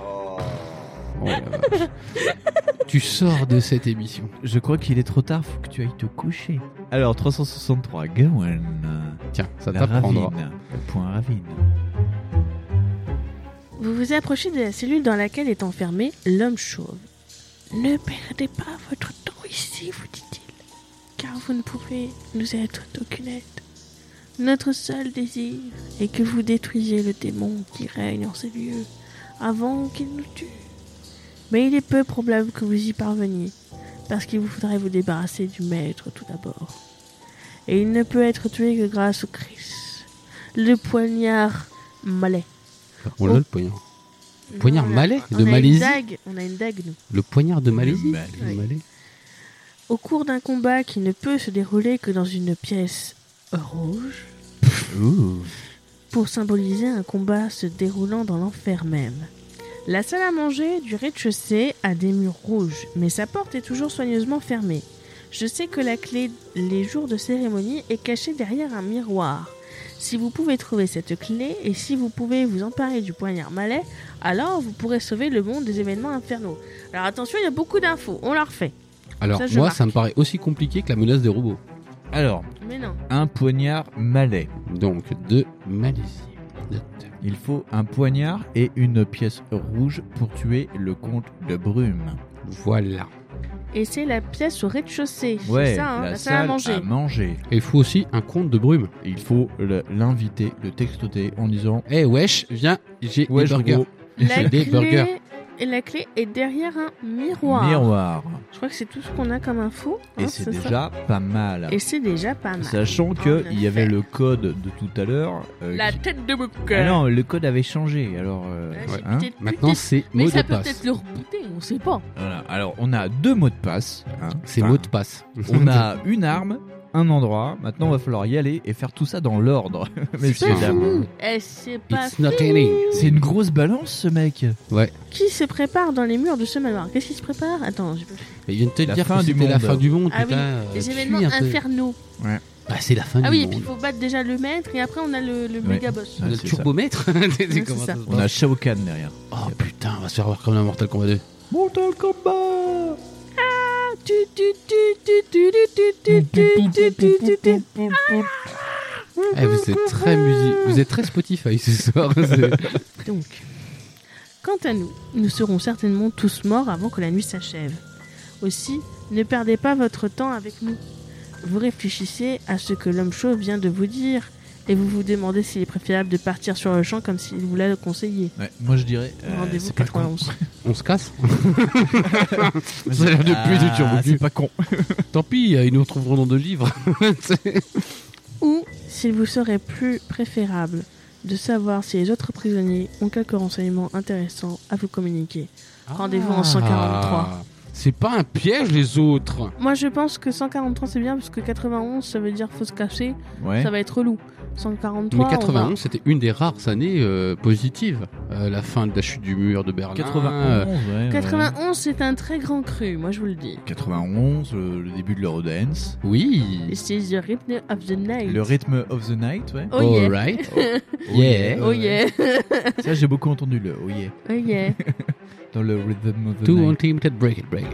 Speaker 3: Oh la
Speaker 2: (laughs)
Speaker 3: vache. tu sors de cette émission.
Speaker 4: Je crois qu'il est trop tard, faut que tu ailles te coucher. Alors, 363, Gawen.
Speaker 3: Tiens, ça
Speaker 4: la
Speaker 3: t'apprendra.
Speaker 4: ravine. Le point ravine.
Speaker 2: Vous vous approchez de la cellule dans laquelle est enfermé l'homme chauve. Ne perdez pas votre temps ici, vous dit-il, car vous ne pouvez nous être d'aucune aide. Notre seul désir est que vous détruisiez le démon qui règne en ces lieux avant qu'il nous tue. Mais il est peu probable que vous y parveniez, parce qu'il vous faudrait vous débarrasser du maître tout d'abord. Et il ne peut être tué que grâce au Christ, le poignard malais.
Speaker 3: On l'a le poignard. Poignard
Speaker 2: Non, on a-
Speaker 3: malais
Speaker 2: on
Speaker 3: de
Speaker 2: a une
Speaker 3: Malaisie.
Speaker 2: dague, On a une dague, nous.
Speaker 3: Le poignard de Malaisie.
Speaker 4: Malais.
Speaker 3: Le Malais.
Speaker 2: Au cours d'un combat qui ne peut se dérouler que dans une pièce rouge,
Speaker 4: Ouh.
Speaker 2: pour symboliser un combat se déroulant dans l'enfer même. La salle à manger du rez-de-chaussée a des murs rouges, mais sa porte est toujours soigneusement fermée. Je sais que la clé les jours de cérémonie est cachée derrière un miroir. Si vous pouvez trouver cette clé et si vous pouvez vous emparer du poignard malais, alors vous pourrez sauver le monde des événements infernaux. Alors attention, il y a beaucoup d'infos, on la refait.
Speaker 3: Alors
Speaker 2: Ça, je
Speaker 3: moi,
Speaker 2: marque.
Speaker 3: ça me paraît aussi compliqué que la menace des robots.
Speaker 4: Alors,
Speaker 2: Mais non.
Speaker 4: un poignard malais.
Speaker 3: donc de Malaisie. Note.
Speaker 4: Il faut un poignard et une pièce rouge pour tuer le comte de Brume.
Speaker 3: Voilà.
Speaker 2: Et c'est la pièce au rez-de-chaussée.
Speaker 4: Ouais,
Speaker 2: c'est ça, hein,
Speaker 4: la
Speaker 2: salle à
Speaker 4: salle
Speaker 2: manger.
Speaker 4: à manger.
Speaker 3: Et il faut aussi un compte de brume.
Speaker 4: Il faut le- l'inviter, le textoter en disant
Speaker 3: Eh wesh, viens, j'ai
Speaker 4: Ouais,
Speaker 3: des burgers.
Speaker 4: gros,
Speaker 2: La
Speaker 3: J'ai des burgers.
Speaker 2: clé, et la clé est derrière un miroir.
Speaker 4: miroir.
Speaker 2: Je crois que c'est tout ce qu'on a comme info.
Speaker 4: Et
Speaker 2: hein,
Speaker 4: c'est
Speaker 2: ça.
Speaker 4: déjà pas mal.
Speaker 2: Et c'est déjà pas mal.
Speaker 4: Sachant
Speaker 2: En
Speaker 4: qu'il y avait
Speaker 2: effet.
Speaker 4: le code de tout à l'heure. euh,
Speaker 2: La
Speaker 4: qui-
Speaker 2: tête de Bob
Speaker 4: Ah non, le code avait changé. Alors, euh,
Speaker 2: Ouais, j'ai
Speaker 4: hein.
Speaker 2: peut-être plus
Speaker 3: Maintenant,
Speaker 2: de-
Speaker 3: c'est
Speaker 2: Mais
Speaker 3: mot de
Speaker 2: ça peut peut-être
Speaker 3: passe.
Speaker 2: le rebooter, on sait pas.
Speaker 4: Voilà. alors on a deux mots de passe. hein.
Speaker 3: C'est
Speaker 4: Enfin,
Speaker 3: mot de passe.
Speaker 4: On a (laughs) une arme, un endroit. Maintenant, on va falloir y aller et faire tout ça dans l'ordre. Messieurs,
Speaker 9: pas
Speaker 4: dames.
Speaker 9: fini.
Speaker 2: Eh, c'est pas
Speaker 3: (laughs) It's not
Speaker 2: fini.
Speaker 3: ending.
Speaker 4: (laughs) C'est une grosse balance, ce mec.
Speaker 2: Qui se prépare dans les murs de ce manoir Qu'est-ce qui se prépare Attends, j'ai-
Speaker 3: Mais Ils viennent te
Speaker 4: La
Speaker 3: dire
Speaker 4: fin
Speaker 3: que
Speaker 4: du
Speaker 3: c'était la
Speaker 4: monde.
Speaker 3: fin du monde,
Speaker 2: Ah oui,
Speaker 3: putain. euh,
Speaker 2: les
Speaker 3: tu
Speaker 2: événements
Speaker 3: suis un peu.
Speaker 2: infernaux.
Speaker 3: Bah, c'est la fin
Speaker 2: Ah
Speaker 3: du
Speaker 2: oui, et puis il (laughs)
Speaker 3: monde.
Speaker 2: faut battre déjà le maître et après on a le, le
Speaker 4: Ouais.
Speaker 2: méga boss.
Speaker 4: Ah,
Speaker 3: Le
Speaker 4: c'est ça.
Speaker 3: turbomètre (laughs) C'est
Speaker 2: c'est
Speaker 3: comment
Speaker 2: ça.
Speaker 3: ça se
Speaker 4: On a
Speaker 3: passe
Speaker 4: Shao Kahn derrière.
Speaker 3: Oh putain, on va se faire voir comme dans Mortal Kombat 2.
Speaker 4: Mortal Kombat
Speaker 2: Tu, tu, tu, tu, tu, tu, tu, tu, tu, tu, tu, tu.
Speaker 3: Eh, vous êtes très musique. Vous êtes très Spotify ce soir. (laughs) C'est-
Speaker 2: Donc, quant à nous, nous serons certainement tous morts avant que la nuit s'achève. Aussi, ne perdez pas votre temps avec nous. Vous réfléchissez à ce que l'homme chauve vient de vous dire et vous vous demandez s'il est préférable de partir sur le champ comme s'il vous l'a conseillé.
Speaker 4: Ouais, Moi, je dirais. euh,
Speaker 2: Rendez-vous
Speaker 4: c'est pas con.
Speaker 2: 91.
Speaker 3: On se casse
Speaker 4: (laughs) Ça a l'air de plus du turbo. Ah, C'est pas con.
Speaker 3: (laughs) Tant pis, euh, ils nous retrouveront dans deux livres. C'est-
Speaker 2: Ou s'il vous serait plus préférable de savoir si les autres prisonniers ont quelques renseignements intéressants à vous communiquer. (laughs) Rendez-vous en 143.
Speaker 3: Ah, C'est pas un piège, les autres.
Speaker 2: Moi je pense que 143 c'est bien parce que 91 ça veut dire faut se cacher,
Speaker 4: Ouais.
Speaker 2: ça va être relou. 143
Speaker 3: Mais
Speaker 2: on va-
Speaker 3: 91, c'était une des rares années euh, positives. Euh, la fin de la chute du mur de Berlin. Euh,
Speaker 4: 91, ouais, ouais.
Speaker 2: 91 c'est un très grand cru, moi je vous le dis.
Speaker 4: 91, le, le début de l'Eurodance.
Speaker 3: Oui.
Speaker 2: This is the rhythm of the night.
Speaker 4: Le rythme of the night, ouais.
Speaker 2: Oh yeah.
Speaker 3: Alright.
Speaker 2: (laughs)
Speaker 4: yeah.
Speaker 2: Oh yeah. (laughs)
Speaker 4: Ça, j'ai beaucoup entendu le oh yeah
Speaker 2: Oh yeah.
Speaker 4: dans le rhythm of the
Speaker 3: Two
Speaker 4: night.
Speaker 3: unlimited break it, break it.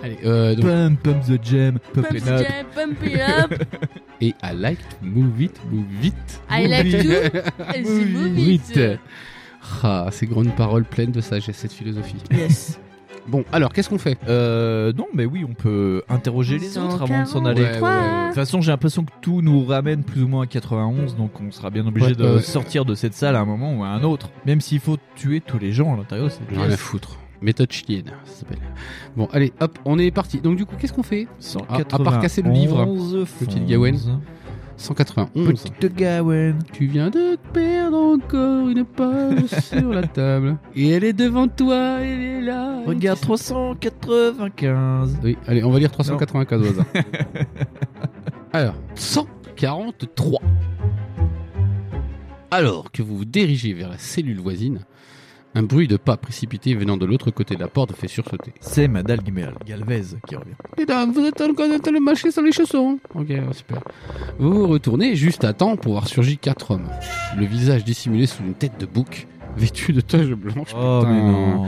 Speaker 3: Allez, euh, donc,
Speaker 4: Pump, pump the jam, (laughs) pump,
Speaker 2: Pump
Speaker 4: it
Speaker 2: the
Speaker 4: up.
Speaker 2: jam, pump it up.
Speaker 4: (laughs)
Speaker 3: et I like to move it, move it.
Speaker 2: I like
Speaker 3: (laughs)
Speaker 2: to.
Speaker 3: Move
Speaker 2: The movies.
Speaker 3: it. Ah, ces grandes paroles pleines de sagesse, cette philosophie.
Speaker 2: Yes.
Speaker 3: Bon, alors, qu'est-ce qu'on fait
Speaker 4: Euh, non, mais oui, on peut interroger les autres avant de s'en aller.
Speaker 3: Ouais, ouais, ouais.
Speaker 4: De toute façon, j'ai l'impression que tout nous ramène plus ou moins à 91, donc on sera bien obligé
Speaker 3: Ouais,
Speaker 4: de
Speaker 3: ouais.
Speaker 4: sortir de cette salle à un moment ou à un autre. Même s'il faut tuer tous les gens à l'intérieur de cette
Speaker 3: J'en ai rien à
Speaker 4: pièce.
Speaker 3: foutre. Méthode chilienne, ça s'appelle. Bon, allez, hop, on est parti. Donc, du coup, qu'est-ce qu'on fait à- à part casser le livre,
Speaker 4: 191,
Speaker 3: petite Gawen.
Speaker 4: fonce.
Speaker 3: 191.
Speaker 4: Petite Gawen.
Speaker 3: Tu viens de te perdre encore une page (laughs) sur la table. Et elle est devant toi, elle est là.
Speaker 4: Regarde 395.
Speaker 3: Oui, allez, on va lire 395 au hasard. Alors, 143. Alors que vous vous dirigez vers la cellule voisine, un bruit de pas précipité venant de l'autre côté de la porte fait sursauter.
Speaker 4: C'est Madame Guimel Galvez qui revient.
Speaker 3: Mesdames, vous êtes encore dans le marché sans les chaussons. Ok, super. Vous vous retournez juste à temps pour voir surgir quatre hommes. Le visage dissimulé sous une tête de bouc, vêtu de taches blanches.
Speaker 4: Oh,
Speaker 3: Putain.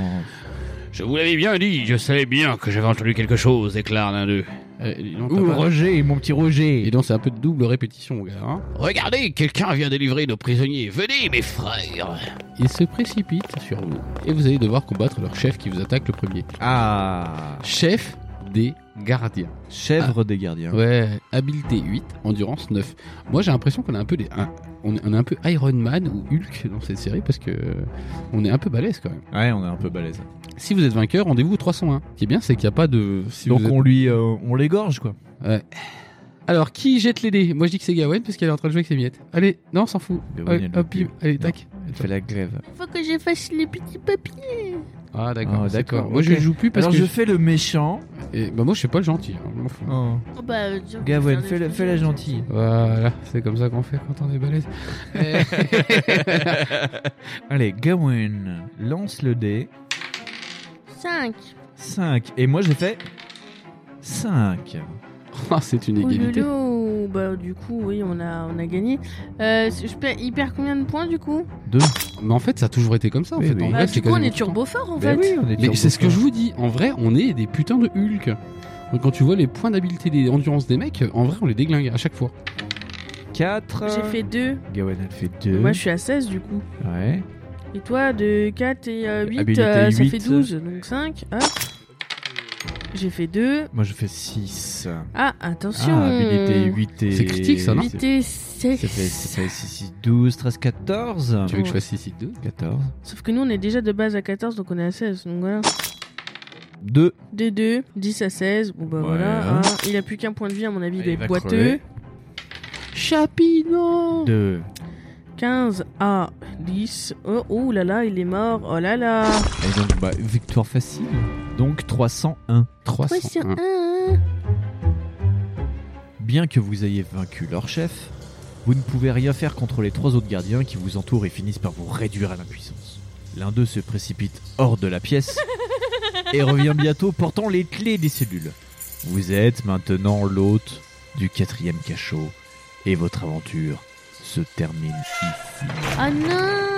Speaker 3: Je vous l'avais bien dit, je savais bien que j'avais entendu quelque chose, déclare l'un d'eux. Euh, dis donc, t'as
Speaker 4: Ouh,
Speaker 3: pas-
Speaker 4: Roger, mon petit Roger.
Speaker 3: Et donc c'est un peu de double répétition, mon gars. hein. Regardez, quelqu'un vient délivrer nos prisonniers. Venez, mes frères. Ils se précipitent sur vous et vous allez devoir combattre leur chef qui vous attaque le premier.
Speaker 4: Ah.
Speaker 3: Chef des gardiens.
Speaker 4: Chèvre des gardiens.
Speaker 3: Ouais, habileté 8, endurance 9. Moi j'ai l'impression qu'on a un peu des, un- on est, on est un peu Iron Man ou Hulk dans cette série parce que euh, on est un peu hein. balèze quand même.
Speaker 4: Ouais, on est un peu balèze.
Speaker 3: Si vous êtes vainqueur, rendez-vous au 301. Ce qui est bien, c'est qu'il n'y a pas de. si
Speaker 4: Donc
Speaker 3: vous êtes-
Speaker 4: on lui, euh, on l'égorge quoi.
Speaker 3: Alors qui jette les dés Moi je dis que c'est Gawen parce qu'elle est en train de jouer avec ses miettes. Allez, non, on s'en fout.
Speaker 4: Gawen,
Speaker 3: Allez,
Speaker 4: elle
Speaker 3: hop,
Speaker 4: veut
Speaker 3: bim,
Speaker 4: plus.
Speaker 3: allez,
Speaker 4: Non.
Speaker 3: tac.
Speaker 4: Elle fait la grève.
Speaker 9: Faut que je fasse les petits papiers.
Speaker 3: Ah
Speaker 4: Ah,
Speaker 3: c'est
Speaker 4: d'accord,
Speaker 3: quoi. Moi je
Speaker 4: ok.
Speaker 3: joue plus parce
Speaker 4: Alors
Speaker 3: que
Speaker 4: je fais le méchant.
Speaker 3: Et, bah moi je suis pas le gentil. hein, je m'en fous.
Speaker 9: Oh bah, euh, disons que
Speaker 4: Gawen,
Speaker 9: c'est un
Speaker 4: fais, la-
Speaker 9: autre
Speaker 4: fais la
Speaker 9: sujet.
Speaker 4: gentille.
Speaker 3: Voilà, c'est comme ça qu'on fait quand on est (laughs) balèze.
Speaker 4: Allez, Gawen, lance le dé.
Speaker 9: 5.
Speaker 4: 5. Et moi j'ai fait 5.
Speaker 3: Ah, c'est une
Speaker 2: Oh
Speaker 3: égalité.
Speaker 2: lolo. Bah du coup oui on a on a gagné. Euh, je perds il perd combien de points du coup
Speaker 4: 2.
Speaker 3: Mais en fait ça a toujours été comme ça. En
Speaker 4: Oui,
Speaker 3: fait.
Speaker 4: oui.
Speaker 3: En
Speaker 4: Bah,
Speaker 2: Bah,
Speaker 3: vrai, c'est
Speaker 2: Du coup on
Speaker 3: quasiment-
Speaker 2: est turbo fort en
Speaker 4: Mais
Speaker 2: fait.
Speaker 4: Bah oui, on est
Speaker 3: Mais
Speaker 4: turbo
Speaker 3: c'est ce que
Speaker 4: fort.
Speaker 3: je vous dis. En vrai on est des putains de Hulk. Donc, quand tu vois les points d'habileté des endurance des mecs, en vrai on les déglingue à chaque fois.
Speaker 4: 4.
Speaker 2: J'ai fait 2.
Speaker 4: Gawain, elle fait 2.
Speaker 2: Moi, je suis à 16 du coup.
Speaker 4: Ouais.
Speaker 2: Et toi, de 4 et
Speaker 4: Habilité
Speaker 2: 8, ça
Speaker 4: huit.
Speaker 2: fait 12. Donc 5. Hop. J'ai fait 2.
Speaker 4: Moi, je fais 6.
Speaker 2: Ah, attention. euh,
Speaker 4: Ah, habilité 8 et.
Speaker 3: C'est critique, ça, non
Speaker 4: Ça fait,
Speaker 2: 6.
Speaker 4: ça fait 6, 6, 12, 13, 14.
Speaker 3: Tu veux que je fasse 6 6
Speaker 2: Oh.
Speaker 3: 2
Speaker 4: 14.
Speaker 2: Sauf que nous, on est déjà de base à 14, donc on est à 16. Donc voilà.
Speaker 4: 2.
Speaker 2: De 2, 10 à 16. Bon, bah
Speaker 4: Ouais. Ah,
Speaker 2: voilà. hein. Il a plus qu'un point de vie, à mon avis, il
Speaker 4: Il
Speaker 2: est
Speaker 4: va
Speaker 2: boiteux.
Speaker 4: crever.
Speaker 2: Chapino
Speaker 4: 2.
Speaker 2: 15 à 10. Ah, Oh, oh là là, il est mort. Oh là là.
Speaker 4: Et donc, bah, victoire facile. Donc 301.
Speaker 3: 301.
Speaker 4: Bien que vous ayez vaincu leur chef, vous ne pouvez rien faire contre les trois autres gardiens qui vous entourent et finissent par vous réduire à l'impuissance. L'un d'eux se précipite hors de la pièce et revient bientôt portant les clés des cellules. Vous êtes maintenant l'hôte du quatrième cachot et votre aventure se termine ici.
Speaker 10: Ah non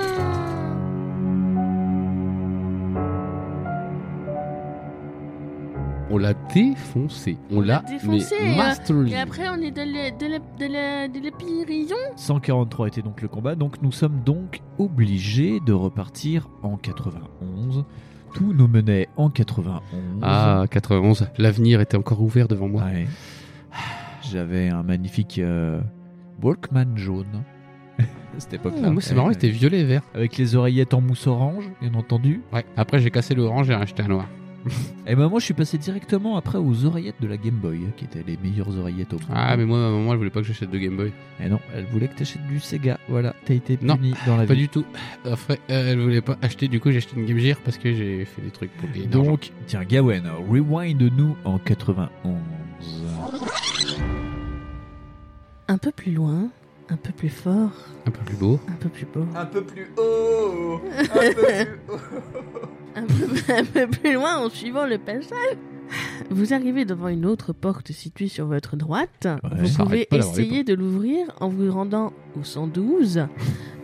Speaker 3: On l'a défoncé. On
Speaker 2: l'a
Speaker 3: l'a
Speaker 2: défoncé,
Speaker 3: mais
Speaker 2: euh,
Speaker 3: mastery.
Speaker 2: Et après, on est dans le, de la, de la, de la prison.
Speaker 4: 143 était donc le combat, donc nous sommes donc obligés de repartir en 91. Tout nous menait en 91.
Speaker 3: Ah 91. L'avenir était encore ouvert devant moi.
Speaker 4: Ouais. J'avais un magnifique euh, Walkman jaune. (laughs) À Cette
Speaker 3: Oh,
Speaker 4: époque-là.
Speaker 3: moi c'est marrant, il était violet et vert.
Speaker 4: Avec les oreillettes en mousse orange, bien entendu.
Speaker 3: Ouais. Après j'ai cassé l'orange et racheté un noir.
Speaker 4: Et ben moi, je suis passé directement après aux oreillettes de la Game Boy, qui étaient les meilleures oreillettes au monde.
Speaker 3: Ah mais moi à un moment elle voulait pas que j'achète de Game Boy.
Speaker 4: Et non, elle voulait que t'achètes du Sega. Voilà, t'as été
Speaker 3: Non,
Speaker 4: puni dans la
Speaker 3: Pas
Speaker 4: vie.
Speaker 3: du tout. Après euh, elle voulait pas acheter. Du coup j'ai acheté une Game Gear parce que j'ai fait des trucs pour payer. d'argent.
Speaker 4: Donc, tiens, Gawen, rewind-nous en 91.
Speaker 2: Un peu plus loin, un peu plus fort,
Speaker 3: un peu plus beau.
Speaker 2: un peu plus beau.
Speaker 11: Un peu plus haut Un peu plus haut
Speaker 2: (laughs) un peu, un peu plus loin en suivant le passage. Vous arrivez devant une autre porte située sur votre droite. vous
Speaker 3: ça
Speaker 2: pouvez
Speaker 3: arrête pas d'avoir des
Speaker 2: essayer de l'ouvrir en vous rendant au 112,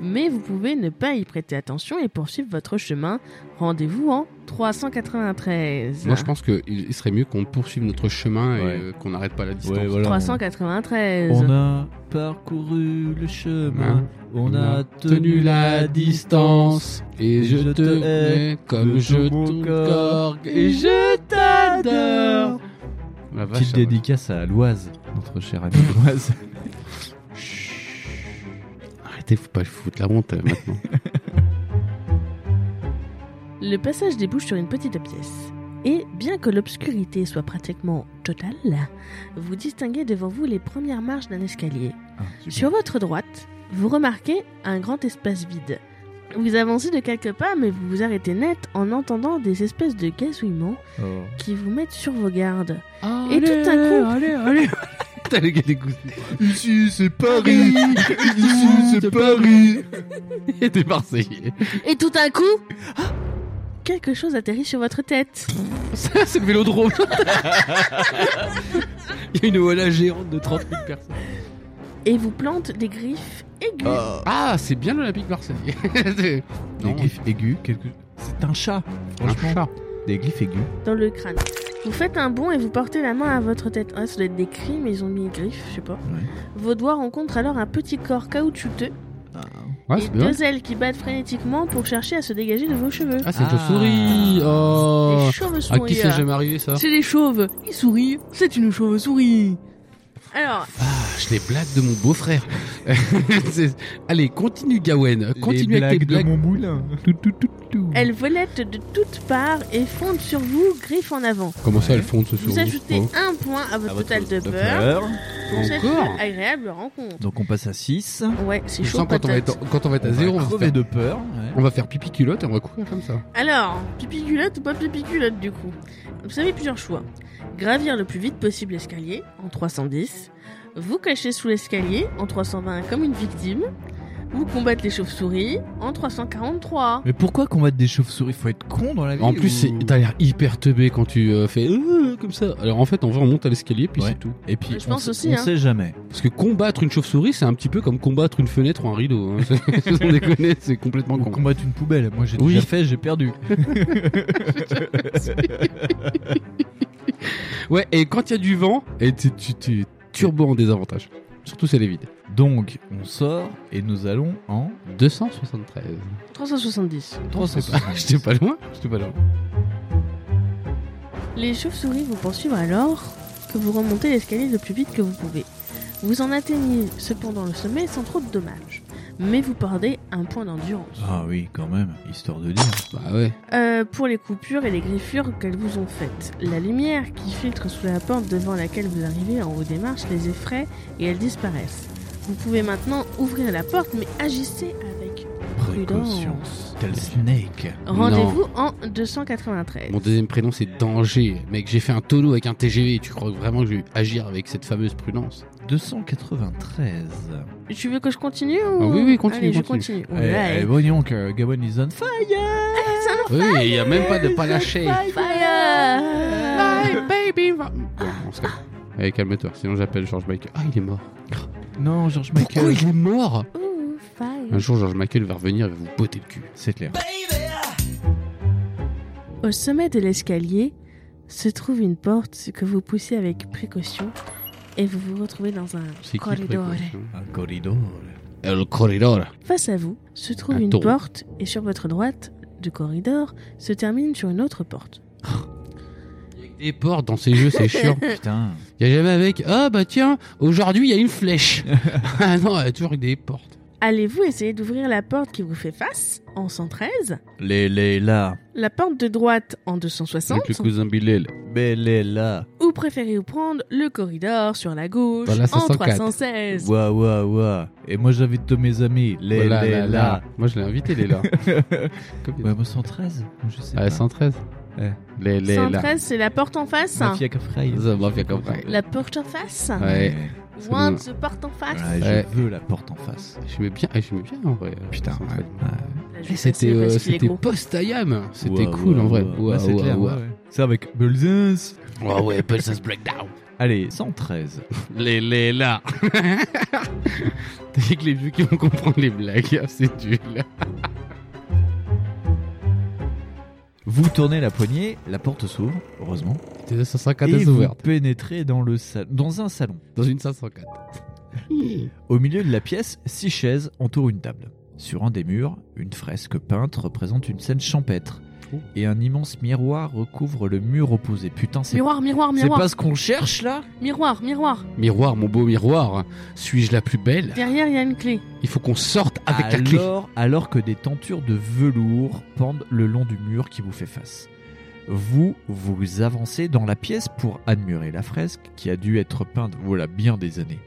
Speaker 2: mais vous pouvez ne pas y prêter attention et poursuivre votre chemin. Rendez-vous en 393.
Speaker 3: Moi je pense qu'il il serait mieux qu'on poursuive notre chemin et
Speaker 4: Ouais.
Speaker 3: euh, qu'on n'arrête pas la distance.
Speaker 4: Ouais, voilà, on-
Speaker 2: 393.
Speaker 4: On a parcouru le chemin, on a tenu la distance.
Speaker 3: et
Speaker 4: je
Speaker 3: je
Speaker 4: te
Speaker 3: te
Speaker 4: hais
Speaker 3: hais comme
Speaker 4: de
Speaker 3: je
Speaker 4: tout mon
Speaker 3: ton
Speaker 4: corps,
Speaker 3: corps et je t'adore. La vache,
Speaker 4: Petite
Speaker 3: ça va.
Speaker 4: dédicace à Loise, notre chère amie Loise.
Speaker 3: Arrêtez, faut pas le foutre la honte euh, maintenant. (laughs)
Speaker 2: Le passage débouche sur une petite pièce. Et bien que l'obscurité soit pratiquement totale, vous distinguez devant vous les premières marches d'un escalier. Sur votre droite, vous remarquez un grand espace vide. Vous avancez de quelques pas, mais vous vous arrêtez net en entendant des espèces de gazouillements
Speaker 4: Oh.
Speaker 2: qui vous mettent sur vos gardes. Et tout à coup,
Speaker 3: Putain, le gars dégoûté.
Speaker 12: Ici, c'est Paris Ici, c'est Paris
Speaker 3: Et des Marseillais.
Speaker 2: et tout à coup,
Speaker 3: Ah
Speaker 2: quelque chose atterrit sur votre tête.
Speaker 3: Ça, c'est
Speaker 2: (laughs)
Speaker 3: le vélodrome. Il y a une Ola géante de 30 000 personnes.
Speaker 2: Et vous plante des griffes aiguës.
Speaker 3: Ah, c'est bien l'Olympique (laughs) Marseille. Des-
Speaker 4: Des
Speaker 3: Non,
Speaker 4: glyphes aigus, quelque- c'est un chat.
Speaker 3: un
Speaker 4: Franchement,
Speaker 3: chat.
Speaker 4: des glyphes aigus.
Speaker 2: dans le crâne. Vous faites un bond et vous portez la main à votre tête. Ah, ça doit être des cris, mais ils ont mis une griffe, je sais pas. Vos doigts rencontrent alors un petit corps caoutchouteux
Speaker 3: Ouais,
Speaker 2: et
Speaker 3: Ah, c'est bien.
Speaker 2: deux ailes qui battent frénétiquement pour chercher à se dégager de vos cheveux.
Speaker 3: Ah, c'est une
Speaker 4: Ah.
Speaker 3: chauve-souris. Oh. euh.
Speaker 2: Les chauves-souris.
Speaker 3: À qui c'est
Speaker 2: là.
Speaker 3: jamais arrivé ça
Speaker 2: C'est des chauves. Ils sourient. C'est une chauve-souris. Alors,
Speaker 3: Je les blagues de mon beau-frère. (laughs) C'est- Allez, continue Gawen, continue
Speaker 4: Les
Speaker 3: avec tes
Speaker 4: de
Speaker 3: blagues.
Speaker 4: mon moulin. Tout, tout, tout, tout.
Speaker 2: elles volettent de toutes parts et fondent sur vous, griffes en avant.
Speaker 3: Comment ça, elles fondent ce
Speaker 2: Vous ajoutez un point à votre
Speaker 4: À
Speaker 2: total
Speaker 4: votre-
Speaker 2: de
Speaker 4: de
Speaker 2: peur
Speaker 4: peur.
Speaker 2: pour cette
Speaker 3: Encore
Speaker 2: agréable rencontre.
Speaker 4: Donc on passe à 6.
Speaker 2: Ouais, c'est
Speaker 3: Je
Speaker 2: chaud
Speaker 3: sens quand on, va
Speaker 2: patate.
Speaker 3: être, quand on va être à zéro, on va,
Speaker 4: crever
Speaker 3: faire,
Speaker 4: de peur. ouais.
Speaker 3: on va faire pipi culotte et on va courir comme ça.
Speaker 2: Alors, pipi culotte ou pas pipi culotte du coup Vous avez plusieurs choix. Gravir le plus vite possible l'escalier en 310, vous cacher sous l'escalier en 320 comme une victime, ou combattre les chauves-souris en 343.
Speaker 4: Mais pourquoi combattre des chauves-souris Faut être con dans la vie.
Speaker 3: En plus, c'est-
Speaker 4: ou-
Speaker 3: t'as l'air hyper teubé quand tu euh, fais euh, comme ça. Alors en fait, en vrai, on monte à l'escalier puis
Speaker 4: Ouais.
Speaker 3: c'est tout.
Speaker 4: Et puis,
Speaker 2: Je
Speaker 4: on
Speaker 2: pense
Speaker 4: sait-
Speaker 2: aussi,
Speaker 4: on
Speaker 2: hein.
Speaker 4: sait jamais.
Speaker 3: Parce que combattre une chauve-souris, c'est un petit peu comme combattre une fenêtre ou un rideau. hein. (laughs) C'est- Sans déconner, c'est complètement
Speaker 4: Ou
Speaker 3: con.
Speaker 4: combattre une poubelle. Moi, j'ai
Speaker 3: Oui.
Speaker 4: déjà fait, j'ai perdu.
Speaker 3: Ouais, et quand il y a du vent, et tu, tu, tu- turbo en désavantage. Surtout si elle est vide.
Speaker 4: Donc, on sort et nous allons en
Speaker 3: 273.
Speaker 2: 370.
Speaker 3: (laughs)
Speaker 4: 370.
Speaker 3: J'étais pas loin J'étais pas loin.
Speaker 2: Les chauves-souris vous poursuivent alors que vous remontez l'escalier le plus vite que vous pouvez. Vous en atteignez cependant le sommet sans trop de dommages, mais vous perdez un point d'endurance.
Speaker 4: Ah oui, quand même, histoire de dire.
Speaker 3: Bah ouais.
Speaker 2: Euh, pour les coupures et les griffures qu'elles vous ont faites. La lumière qui filtre sous la porte devant laquelle vous arrivez en haut des marches les effraie et elles disparaissent. Vous pouvez maintenant ouvrir la porte, mais agissez avec
Speaker 4: Précaution.
Speaker 2: prudence.
Speaker 4: Tel Snake.
Speaker 2: Rendez-vous en 293.
Speaker 3: Mon deuxième prénom, c'est Danger. Mec, j'ai fait un tonneau avec un TGV. Tu crois vraiment que je vais agir avec cette fameuse prudence
Speaker 4: 293.
Speaker 2: Tu veux que je continue ou...
Speaker 3: Ah oui, oui, continue,
Speaker 2: Allez,
Speaker 3: continue.
Speaker 2: je continue. Oh là,
Speaker 4: Eh, eh,
Speaker 2: elle-
Speaker 4: voyons que Gabon is on fire.
Speaker 3: Oui, il y a même pas de pas lâcher.
Speaker 2: Fire
Speaker 3: Bye, baby. va- Bon, on se calme. Allez, calme-toi, sinon j'appelle George Michael. Ah, il est mort.
Speaker 4: Non, George
Speaker 3: Pourquoi
Speaker 4: Michael.
Speaker 3: il est mort
Speaker 13: Ooh, fire.
Speaker 3: Un jour, George Michael va revenir et va vous botter le cul.
Speaker 4: C'est clair.
Speaker 2: Au sommet de l'escalier se trouve une porte que vous poussez avec précaution et vous vous retrouvez dans un
Speaker 3: C'est qui le
Speaker 2: corridor.
Speaker 3: précaution
Speaker 4: Un corridor.
Speaker 3: El corridor.
Speaker 2: Face à vous se trouve
Speaker 3: Un
Speaker 2: une
Speaker 3: taureau.
Speaker 2: porte et sur votre droite du corridor se termine sur une autre porte.
Speaker 3: Des portes dans ces jeux, c'est chiant.
Speaker 2: Euh.
Speaker 4: Putain.
Speaker 3: Il y a jamais avec Ah bah tiens, aujourd'hui il y a une flèche. ah non, il y a toujours des portes.
Speaker 2: Allez-vous essayer d'ouvrir la porte qui vous fait face en 113
Speaker 4: Les, les, là.
Speaker 2: La porte de droite en 260
Speaker 3: Donc le cousin Bilal.
Speaker 4: Belle est là.
Speaker 2: Ou préférez-vous prendre le corridor sur la gauche
Speaker 3: Dans la
Speaker 2: en
Speaker 3: 504.
Speaker 2: 316
Speaker 4: Ouah, ouah, ouah. Et moi, j'invite tous mes amis. Les,
Speaker 3: Voilà,
Speaker 4: les,
Speaker 3: là,
Speaker 4: là.
Speaker 3: là. Moi je l'ai invité, les là. Comme-
Speaker 4: (laughs) Ouais, moi, 113. Je sais
Speaker 3: Ah,
Speaker 4: pas.
Speaker 3: 113.
Speaker 4: Ouais.
Speaker 3: Les, les, là.
Speaker 2: 113, c'est la porte en face.
Speaker 4: Mafia Cafraï.
Speaker 3: Ça m'a fait comprendre.
Speaker 2: La porte en face
Speaker 3: Ouais. c'est
Speaker 2: One,
Speaker 3: bon.
Speaker 2: the porte en face
Speaker 4: Voilà,
Speaker 3: Ouais.
Speaker 4: Je veux la porte en face.
Speaker 3: J'aimais bien, ah, j'aimais bien en vrai.
Speaker 4: Putain,
Speaker 3: Sans
Speaker 4: ouais.
Speaker 3: faute.
Speaker 2: Là, Bah, je
Speaker 3: Eh,
Speaker 2: vais
Speaker 3: C'était
Speaker 2: passer
Speaker 3: euh,
Speaker 2: parce qu'il est
Speaker 3: c'était
Speaker 2: gros.
Speaker 3: post-IAM. C'était
Speaker 4: Ouah,
Speaker 3: cool
Speaker 4: ouah,
Speaker 3: en vrai.
Speaker 4: ouah.
Speaker 3: Ouah,
Speaker 4: Ouais, c'est
Speaker 3: ouah,
Speaker 4: clair.
Speaker 3: ouah.
Speaker 4: ouais, ouais. C'est avec Belzins.
Speaker 3: Ah ouais, Pulse's Breakdown.
Speaker 4: Allez, 113.
Speaker 3: Les, les, là. (laughs) T'as vu que les vieux qui vont comprendre les blagues, (laughs) ah, c'est dur. là.
Speaker 4: Vous tournez la poignée, la porte s'ouvre, heureusement.
Speaker 3: T'es 504
Speaker 4: Et
Speaker 3: est
Speaker 4: vous
Speaker 3: ouverte.
Speaker 4: pénétrez dans, le sal- dans un salon.
Speaker 3: Dans une 504.
Speaker 4: Au milieu de la pièce, six chaises entourent une table. Sur un des murs, une fresque peinte représente une scène champêtre.
Speaker 3: Oh.
Speaker 4: Et un immense miroir recouvre le mur opposé. Putain, c'est
Speaker 2: Miroir, miroir,
Speaker 4: c'est
Speaker 2: miroir,
Speaker 4: pas ce qu'on cherche là
Speaker 2: miroir, miroir.
Speaker 3: Miroir, mon beau miroir, suis-je la plus belle
Speaker 2: Derrière, il y a une clé.
Speaker 3: Il faut qu'on sorte avec la clé.
Speaker 4: alors, alors que des tentures de velours pendent le long du mur qui vous fait face. Vous, vous avancez dans la pièce pour admirer la fresque qui a dû être peinte voilà bien des années.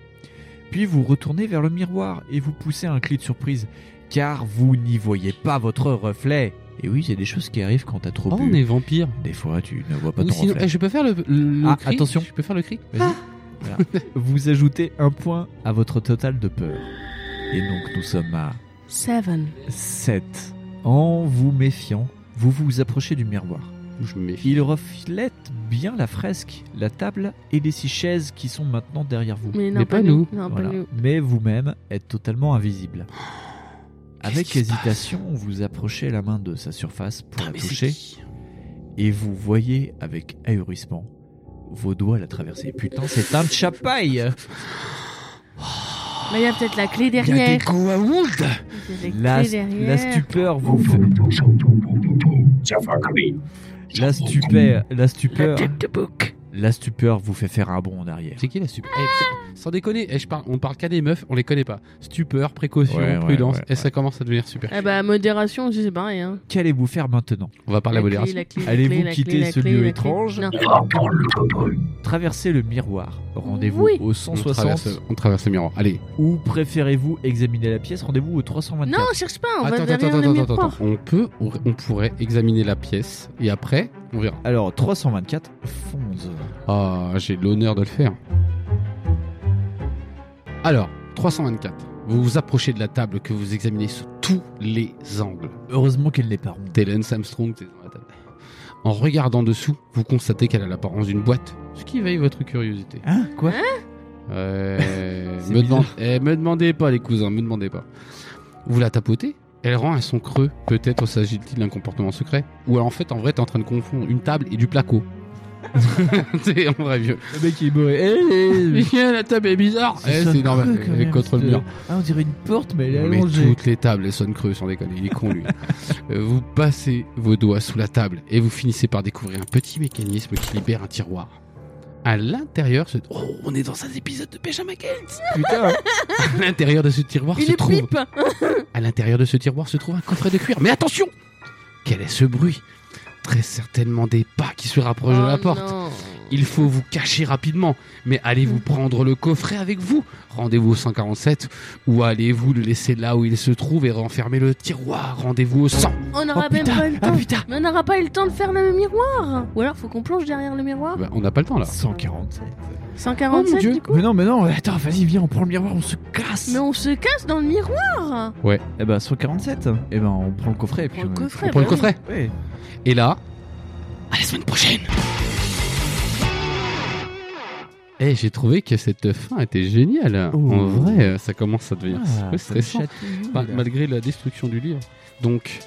Speaker 4: Puis vous retournez vers le miroir et vous poussez un cri de surprise car vous n'y voyez pas votre reflet. Et oui, c'est des choses qui arrivent quand t'as trop
Speaker 3: Oh,
Speaker 4: bu.
Speaker 3: on est vampire. eh,
Speaker 4: Des fois, tu ne vois pas ton reflet.
Speaker 3: je peux faire le, le
Speaker 4: Ah,
Speaker 3: cri
Speaker 4: attention.
Speaker 3: Je peux faire le cri (laughs)
Speaker 4: Vous ajoutez un point à votre total de peur. Et donc nous sommes à
Speaker 2: Seven.
Speaker 4: 7. En vous méfiant, vous vous approchez du miroir.
Speaker 3: Je me méfie.
Speaker 4: Il reflète bien la fresque, la table et les six chaises qui sont maintenant derrière vous.
Speaker 2: Mais non,
Speaker 3: Mais
Speaker 2: pas,
Speaker 3: pas
Speaker 2: nous. Non,
Speaker 4: Voilà.
Speaker 2: pas nous.
Speaker 4: Mais vous-même êtes totalement invisible. Avec
Speaker 3: Ah, qui se
Speaker 4: hésitation, vous approchez la main de sa surface pour la
Speaker 3: mais c'est
Speaker 4: toucher et vous voyez avec ahurissement vos doigts la traverser. Putain, c'est un chapaille
Speaker 2: Mais il y a peut-être la clé derrière.
Speaker 4: Goa'uld
Speaker 2: Il y a la
Speaker 4: la,
Speaker 2: clé derrière.
Speaker 4: la stupeur vous fait... La stupeur, la stupeur, la stupeur vous fait faire un bond en arrière.
Speaker 3: C'est qui la super Eh, putain, Sans déconner, eh, je parle, on parle qu'à des meufs, on les connaît pas. Stupeur, précaution,
Speaker 4: Ouais, ouais,
Speaker 3: prudence,
Speaker 4: ouais,
Speaker 3: et ça commence à devenir super.
Speaker 2: Ah bah, modération, aussi, c'est pareil. Hein.
Speaker 4: Qu'allez-vous faire maintenant
Speaker 3: On va parler à
Speaker 2: La clé,
Speaker 3: Ah, modération.
Speaker 2: la clé, la
Speaker 4: Allez-vous
Speaker 2: clé, la
Speaker 4: quitter
Speaker 2: clé, la
Speaker 4: ce
Speaker 2: clé,
Speaker 4: lieu
Speaker 2: la clé.
Speaker 4: étrange
Speaker 2: Non.
Speaker 4: Traversez le miroir. Rendez-vous
Speaker 2: Oui.
Speaker 4: au
Speaker 3: On
Speaker 4: 160.
Speaker 3: traverse, on traverse le miroir. Allez,
Speaker 4: Ou préférez-vous examiner la pièce Rendez-vous au 324.
Speaker 2: Non, cherche pas, on
Speaker 3: attends,
Speaker 2: va
Speaker 3: attends,
Speaker 2: derrière le
Speaker 3: attends,
Speaker 2: miroir.
Speaker 3: attends, attends. On peut, on, on pourrait examiner la pièce et après, on verra.
Speaker 4: Alors 324, fonce.
Speaker 3: Ah, j'ai l'honneur de le faire. Alors, 324. Vous vous approchez de la table que vous examinez sous tous les angles.
Speaker 4: Heureusement qu'elle n'est pas ronde.
Speaker 3: Dylan Armstrong, t'es dans la table. En regardant dessous, vous constatez qu'elle a l'apparence d'une boîte, ce qui éveille votre curiosité.
Speaker 4: Hein Quoi
Speaker 3: (laughs) Euh,
Speaker 4: C'est
Speaker 3: me,
Speaker 4: bizarre.
Speaker 3: demande- eh, me demandez pas, les cousins, me demandez pas. Vous la tapotez Elle rend un son creux. Peut-être s'agit-il d'un comportement secret Ou alors, en fait, en vrai, t'es en train de confondre une table et du placo. (laughs) C'est on vrai vieux.
Speaker 4: Le mec il est bourré. Eh,
Speaker 3: la table est bizarre.
Speaker 4: eh,
Speaker 3: c'est Ah, normal.
Speaker 4: creux, quand
Speaker 3: Elle est
Speaker 4: même,
Speaker 3: contre le
Speaker 4: ce-
Speaker 3: mur.
Speaker 4: Ah, on dirait une porte, mais elle est
Speaker 3: Mais
Speaker 4: allongée.
Speaker 3: toutes les tables, elles sonnent creuses, sans déconner. Il est con, lui. Euh, vous passez vos doigts sous la table et vous finissez par découvrir un petit mécanisme qui libère un tiroir. À l'intérieur se... Oh, on est dans un épisode de Benjamin Gates
Speaker 4: Putain,
Speaker 3: (laughs) À l'intérieur de ce tiroir
Speaker 2: Il
Speaker 3: se
Speaker 2: est
Speaker 3: trouve...
Speaker 2: pipe
Speaker 3: À l'intérieur de ce tiroir se trouve un coffret de cuir. Mais attention Quel est ce bruit Très certainement des pas qui se rapprochent de la
Speaker 2: Oh
Speaker 3: porte.
Speaker 2: non.
Speaker 3: Il faut vous cacher rapidement, mais allez-vous prendre le coffret avec vous Rendez-vous au 147 ou allez-vous le laisser là où il se trouve et renfermer le tiroir Rendez-vous au 100
Speaker 2: On
Speaker 3: Oh
Speaker 2: n'aura même
Speaker 3: putain
Speaker 2: pas eu le
Speaker 3: Ah
Speaker 2: temps.
Speaker 3: putain
Speaker 2: Mais on n'aura pas eu le temps de faire le miroir Ou alors faut qu'on plonge derrière le miroir
Speaker 3: Bah, On n'a pas le temps là.
Speaker 4: 147.
Speaker 3: Oh mon
Speaker 2: 147
Speaker 3: Dieu.
Speaker 2: du coup
Speaker 4: Mais non, mais non, attends, vas-y, viens, on prend le miroir, on se casse.
Speaker 2: Mais on se casse dans le miroir
Speaker 4: Eh ben, 147. Eh ben, on prend le coffret et
Speaker 2: On
Speaker 4: puis
Speaker 2: prend le coffret
Speaker 3: On prend le
Speaker 2: bah
Speaker 3: coffret
Speaker 4: Ouais.
Speaker 3: Et là,
Speaker 2: oui. À la semaine prochaine
Speaker 3: eh, j'ai trouvé que cette fin était géniale.
Speaker 4: Oh.
Speaker 3: En vrai, euh, ça commence à devenir
Speaker 4: Ah,
Speaker 3: très
Speaker 4: ça me
Speaker 3: stressant.
Speaker 2: Mmh.
Speaker 4: chatouille,
Speaker 3: Ma-
Speaker 4: là.
Speaker 3: malgré la destruction du livre. Donc,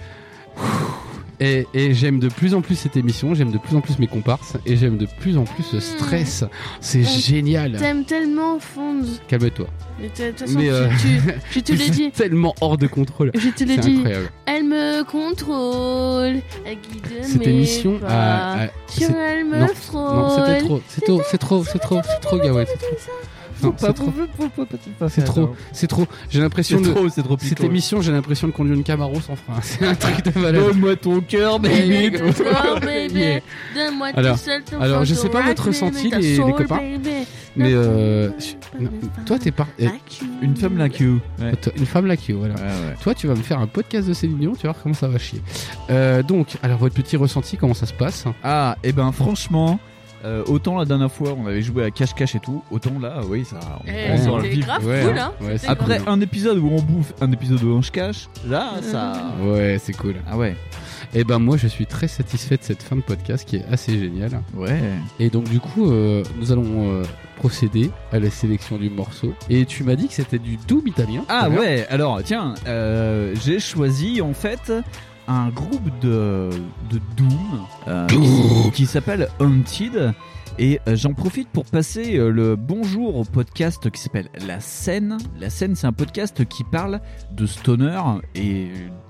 Speaker 3: et, et j'aime de plus en plus cette émission, j'aime de plus en plus mes comparses, et j'aime de plus en plus ce stress. C'est
Speaker 2: On
Speaker 3: génial.
Speaker 2: Hmm. T'aimes tellement Fonz
Speaker 3: Calme-toi.
Speaker 2: Mais t'as- de toute façon
Speaker 3: Mais,
Speaker 2: tu-
Speaker 3: euh,
Speaker 2: tu,
Speaker 3: (laughs)
Speaker 2: Je te l'ai dit
Speaker 3: C'est tellement hors de contrôle.
Speaker 2: Je te l'ai
Speaker 3: C'est
Speaker 2: dit
Speaker 3: incroyable.
Speaker 2: Elle me contrôle Elle guide
Speaker 3: Cette
Speaker 2: mes
Speaker 3: émission
Speaker 2: pas.
Speaker 3: a- a-
Speaker 2: Sur
Speaker 3: c'est-
Speaker 2: elle me
Speaker 3: non,
Speaker 2: frôle
Speaker 3: non,
Speaker 2: (laughs)
Speaker 3: c'était trop, c'est trop, c'est trop, c'est trop, c'est trop, Gawain, c'est trop.
Speaker 4: Faut
Speaker 3: Non,
Speaker 4: pas,
Speaker 3: c'est
Speaker 4: faut-
Speaker 3: trop,
Speaker 4: faut- faut pas- faut pas
Speaker 3: c'est
Speaker 4: faire,
Speaker 3: trop,
Speaker 4: non.
Speaker 3: c'est trop. J'ai l'impression
Speaker 4: C'est
Speaker 3: de
Speaker 4: trop, c'est trop
Speaker 3: cette
Speaker 4: piquant.
Speaker 3: émission, j'ai l'impression de conduire une Camaro sans frein. (laughs) C'est un truc de malade.
Speaker 4: Donne-moi ton cœur,
Speaker 2: Baby,
Speaker 3: (laughs)
Speaker 4: baby.
Speaker 2: don't go,
Speaker 3: Yeah.
Speaker 2: baby. Donne-moi
Speaker 3: Alors-
Speaker 2: tout seul ton
Speaker 3: alors, je sais pas
Speaker 2: photo,
Speaker 3: votre
Speaker 2: baby,
Speaker 3: ressenti,
Speaker 2: ta
Speaker 3: les- les
Speaker 2: soul,
Speaker 3: copains,
Speaker 2: baby.
Speaker 3: Mais
Speaker 2: Not
Speaker 3: euh,
Speaker 2: too
Speaker 3: je- non, toi, t'es par, euh,
Speaker 2: bad, but
Speaker 4: (laughs) Une femme
Speaker 2: là
Speaker 4: like you. Ouais.
Speaker 3: Attends, Une femme là qui voilà.
Speaker 4: ouais.
Speaker 3: Toi, tu vas me faire un podcast de Céline Dion, tu vas voir comment ça va chier. Euh, donc, alors votre petit ressenti, comment ça se passe hein
Speaker 4: Ah, et ben franchement, euh, autant la dernière fois on avait joué à cache-cache et tout, autant là, oui, ça. On
Speaker 2: Eh,
Speaker 4: on
Speaker 3: c'était
Speaker 4: dans le vif.
Speaker 2: grave
Speaker 3: ouais,
Speaker 2: cool,
Speaker 3: hein.
Speaker 2: hein. C'était
Speaker 3: Ouais, c'est
Speaker 4: Ah, Après un épisode où on bouffe, un épisode où on se cache, là, ça.
Speaker 3: (laughs) cool. Ouais, c'est cool.
Speaker 4: Ah ouais.
Speaker 3: Et ben moi, je suis très satisfait de cette fin de podcast qui est assez géniale.
Speaker 4: Ouais.
Speaker 3: Et donc du coup, euh, nous allons euh, procéder à la sélection du morceau. Et tu m'as dit que c'était du doom italien.
Speaker 4: Ah
Speaker 3: tout à l'heure.
Speaker 4: ouais, alors tiens, euh, j'ai choisi en fait un groupe de, de Doom euh, qui- qui s'appelle Haunted. Et euh, j'en profite pour passer euh, le bonjour au podcast qui s'appelle La Scène. La Scène, c'est un podcast qui parle de stoner et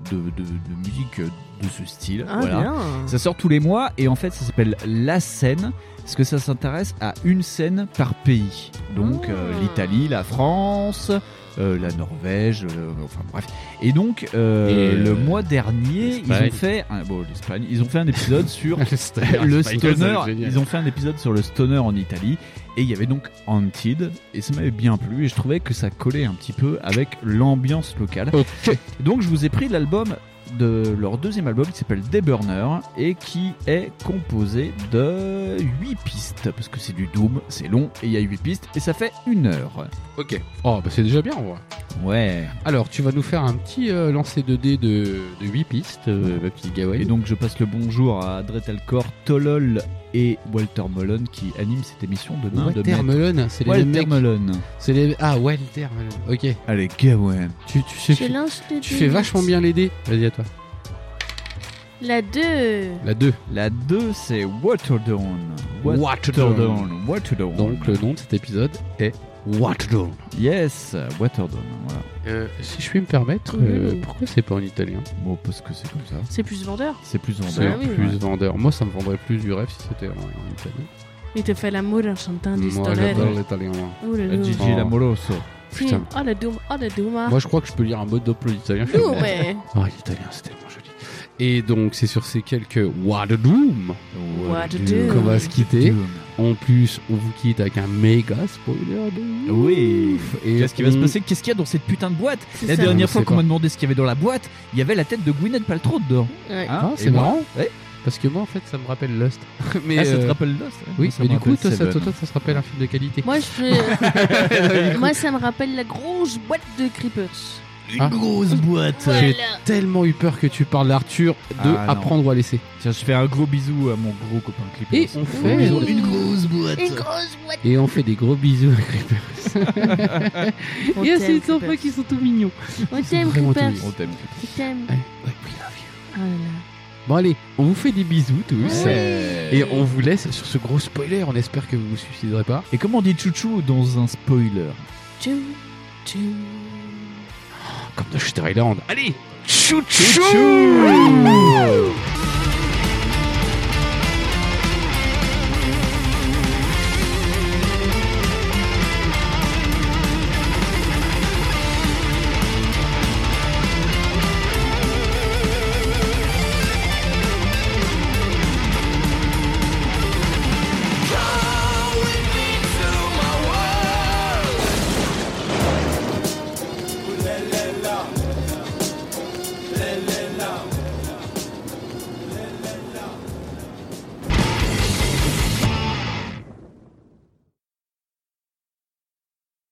Speaker 4: de, de- de musique de ce style.
Speaker 2: Ah,
Speaker 4: voilà.
Speaker 2: bien.
Speaker 4: Mmh. Ça sort tous les mois et en fait ça s'appelle La Seine parce que ça s'intéresse à une scène par pays. Donc euh,
Speaker 2: Ah.
Speaker 4: l'Italie, la France, euh, la Norvège, euh, enfin bref. Et donc euh,
Speaker 3: Et, euh,
Speaker 4: le mois dernier ils
Speaker 3: l'Espagne.
Speaker 4: ont fait un, bon l'Espagne, ils ont fait un épisode (laughs) sur
Speaker 3: C'était- (laughs)
Speaker 4: le
Speaker 3: c'est pas
Speaker 4: stoner.
Speaker 3: égal, c'est génial.
Speaker 4: Ils ont fait un épisode sur le stoner en Italie et il y avait donc Haunted et ça m'avait bien plu et je trouvais que ça collait un petit peu avec l'ambiance locale.
Speaker 3: Ok.
Speaker 4: Donc je vous ai pris l'album de leur deuxième album qui s'appelle Des Burners et qui est composé de 8 pistes parce que c'est du doom, c'est long et il y a 8 pistes et ça fait une heure.
Speaker 3: Ok. Oh, bah c'est déjà bien en vrai.
Speaker 4: Ouais.
Speaker 3: Alors, tu vas nous faire un petit euh, lancer de dés de, de 8 pistes, euh, ma petite Gawain.
Speaker 4: Et donc je passe le bonjour à Dretelcor, Tolol et Walter Mullen qui animent cette émission de main de
Speaker 3: Walter
Speaker 4: maître.
Speaker 3: Melon, c'est les mêmes
Speaker 4: Walter
Speaker 3: mecs.
Speaker 4: Mullen.
Speaker 3: C'est les... Ah, Walter Melon. Ok.
Speaker 4: Allez, Gawen.
Speaker 3: Tu, tu sais,
Speaker 2: Je
Speaker 3: tu,
Speaker 2: lance les
Speaker 3: tu
Speaker 2: deux.
Speaker 3: fais vachement bien les dés. Vas-y, à toi.
Speaker 2: La 2.
Speaker 3: La 2.
Speaker 4: La 2, c'est Waterdown. Waterdown. Waterdown.
Speaker 3: Donc, le nom de cet épisode est Waterdown.
Speaker 4: Yes, Waterdown. Voilà.
Speaker 3: Euh, si je puis me permettre, euh, pourquoi c'est pas en italien
Speaker 4: Bon, parce que c'est comme ça.
Speaker 2: C'est plus vendeur.
Speaker 4: C'est plus
Speaker 3: C'est
Speaker 4: vendeur.
Speaker 2: Ah oui.
Speaker 3: plus vendeur. Moi, ça me vendrait plus du rêve si c'était en, en italien.
Speaker 2: Il te fait l'amour en chantant du
Speaker 3: Moi,
Speaker 2: stoner.
Speaker 3: j'adore l'italien. Moi.
Speaker 2: Oh là là.
Speaker 4: Gigi
Speaker 3: Oh.
Speaker 4: Lamoroso.
Speaker 3: Putain.
Speaker 2: Oh la doom, oh la doom.
Speaker 3: Moi, je crois que je peux lire un mot d'oplo italien.
Speaker 2: Doom, ouais.
Speaker 3: Oh, l'italien, c'est tellement joli. Et donc, c'est sur ces quelques Waterdoom
Speaker 2: Doom.
Speaker 3: qu'on va se quitter. En plus, on vous quitte avec un méga spoiler de ouf.
Speaker 4: Oui.
Speaker 3: Et
Speaker 4: Qu'est-ce qui va se
Speaker 3: on-
Speaker 4: passer Qu'est-ce qu'il y a dans cette putain de boîte
Speaker 2: C'est
Speaker 4: La
Speaker 2: ça.
Speaker 4: dernière
Speaker 3: Mm. On
Speaker 4: fois
Speaker 3: sait
Speaker 4: qu'on
Speaker 3: pas.
Speaker 4: m'a demandé ce qu'il y avait dans la boîte, il y avait la tête de Gwyneth Paltrow dedans.
Speaker 2: Ouais.
Speaker 4: Hein
Speaker 3: Ah,
Speaker 4: Et
Speaker 3: c'est
Speaker 4: moi-
Speaker 3: marrant.
Speaker 4: Ouais.
Speaker 3: Parce que moi, en fait, ça me rappelle Lost. (laughs) mais
Speaker 4: Ah, ça te
Speaker 3: euh,
Speaker 4: rappelle Lost hein
Speaker 3: Oui,
Speaker 4: Ça
Speaker 3: mais
Speaker 4: me
Speaker 3: du coup,
Speaker 4: rappelle
Speaker 3: toi, ça,
Speaker 4: Seven.
Speaker 3: toi, toi, ça se rappelle un film de qualité.
Speaker 2: Moi, je...
Speaker 3: (laughs)
Speaker 2: Moi, ça me rappelle la grosse boîte de Creepers.
Speaker 4: Une
Speaker 3: Ah.
Speaker 4: grosse boîte.
Speaker 3: J'ai tellement eu peur que tu parles d'Arthur de
Speaker 4: Ah, non.
Speaker 3: apprendre à laisser.
Speaker 4: Tiens, je fais un gros bisou à mon gros copain Clip.
Speaker 3: Et on fait
Speaker 2: Oui. Une
Speaker 4: grosse boîte.
Speaker 1: Une grosse boîte.
Speaker 3: et on fait des gros bisous à Creepers.
Speaker 2: On
Speaker 3: et à
Speaker 2: t'aime,
Speaker 3: ces enfants
Speaker 2: Creepers.
Speaker 3: qui sont tout mignons.
Speaker 2: On t'aime,
Speaker 3: vraiment
Speaker 2: Creepers.
Speaker 3: tout
Speaker 4: On t'aime.
Speaker 2: On t'aime.
Speaker 3: Ouais, ouais, we love you.
Speaker 2: Oh là là.
Speaker 3: Bon allez, on vous fait des bisous tous.
Speaker 4: Et,
Speaker 3: Et on vous laisse sur ce gros spoiler. On espère que vous vous suiciderez pas.
Speaker 4: et comment on dit chouchou dans un spoiler
Speaker 2: Tchou, tchou.
Speaker 3: Comme dans Shutter Island. Allez, chouchou
Speaker 4: Chouchou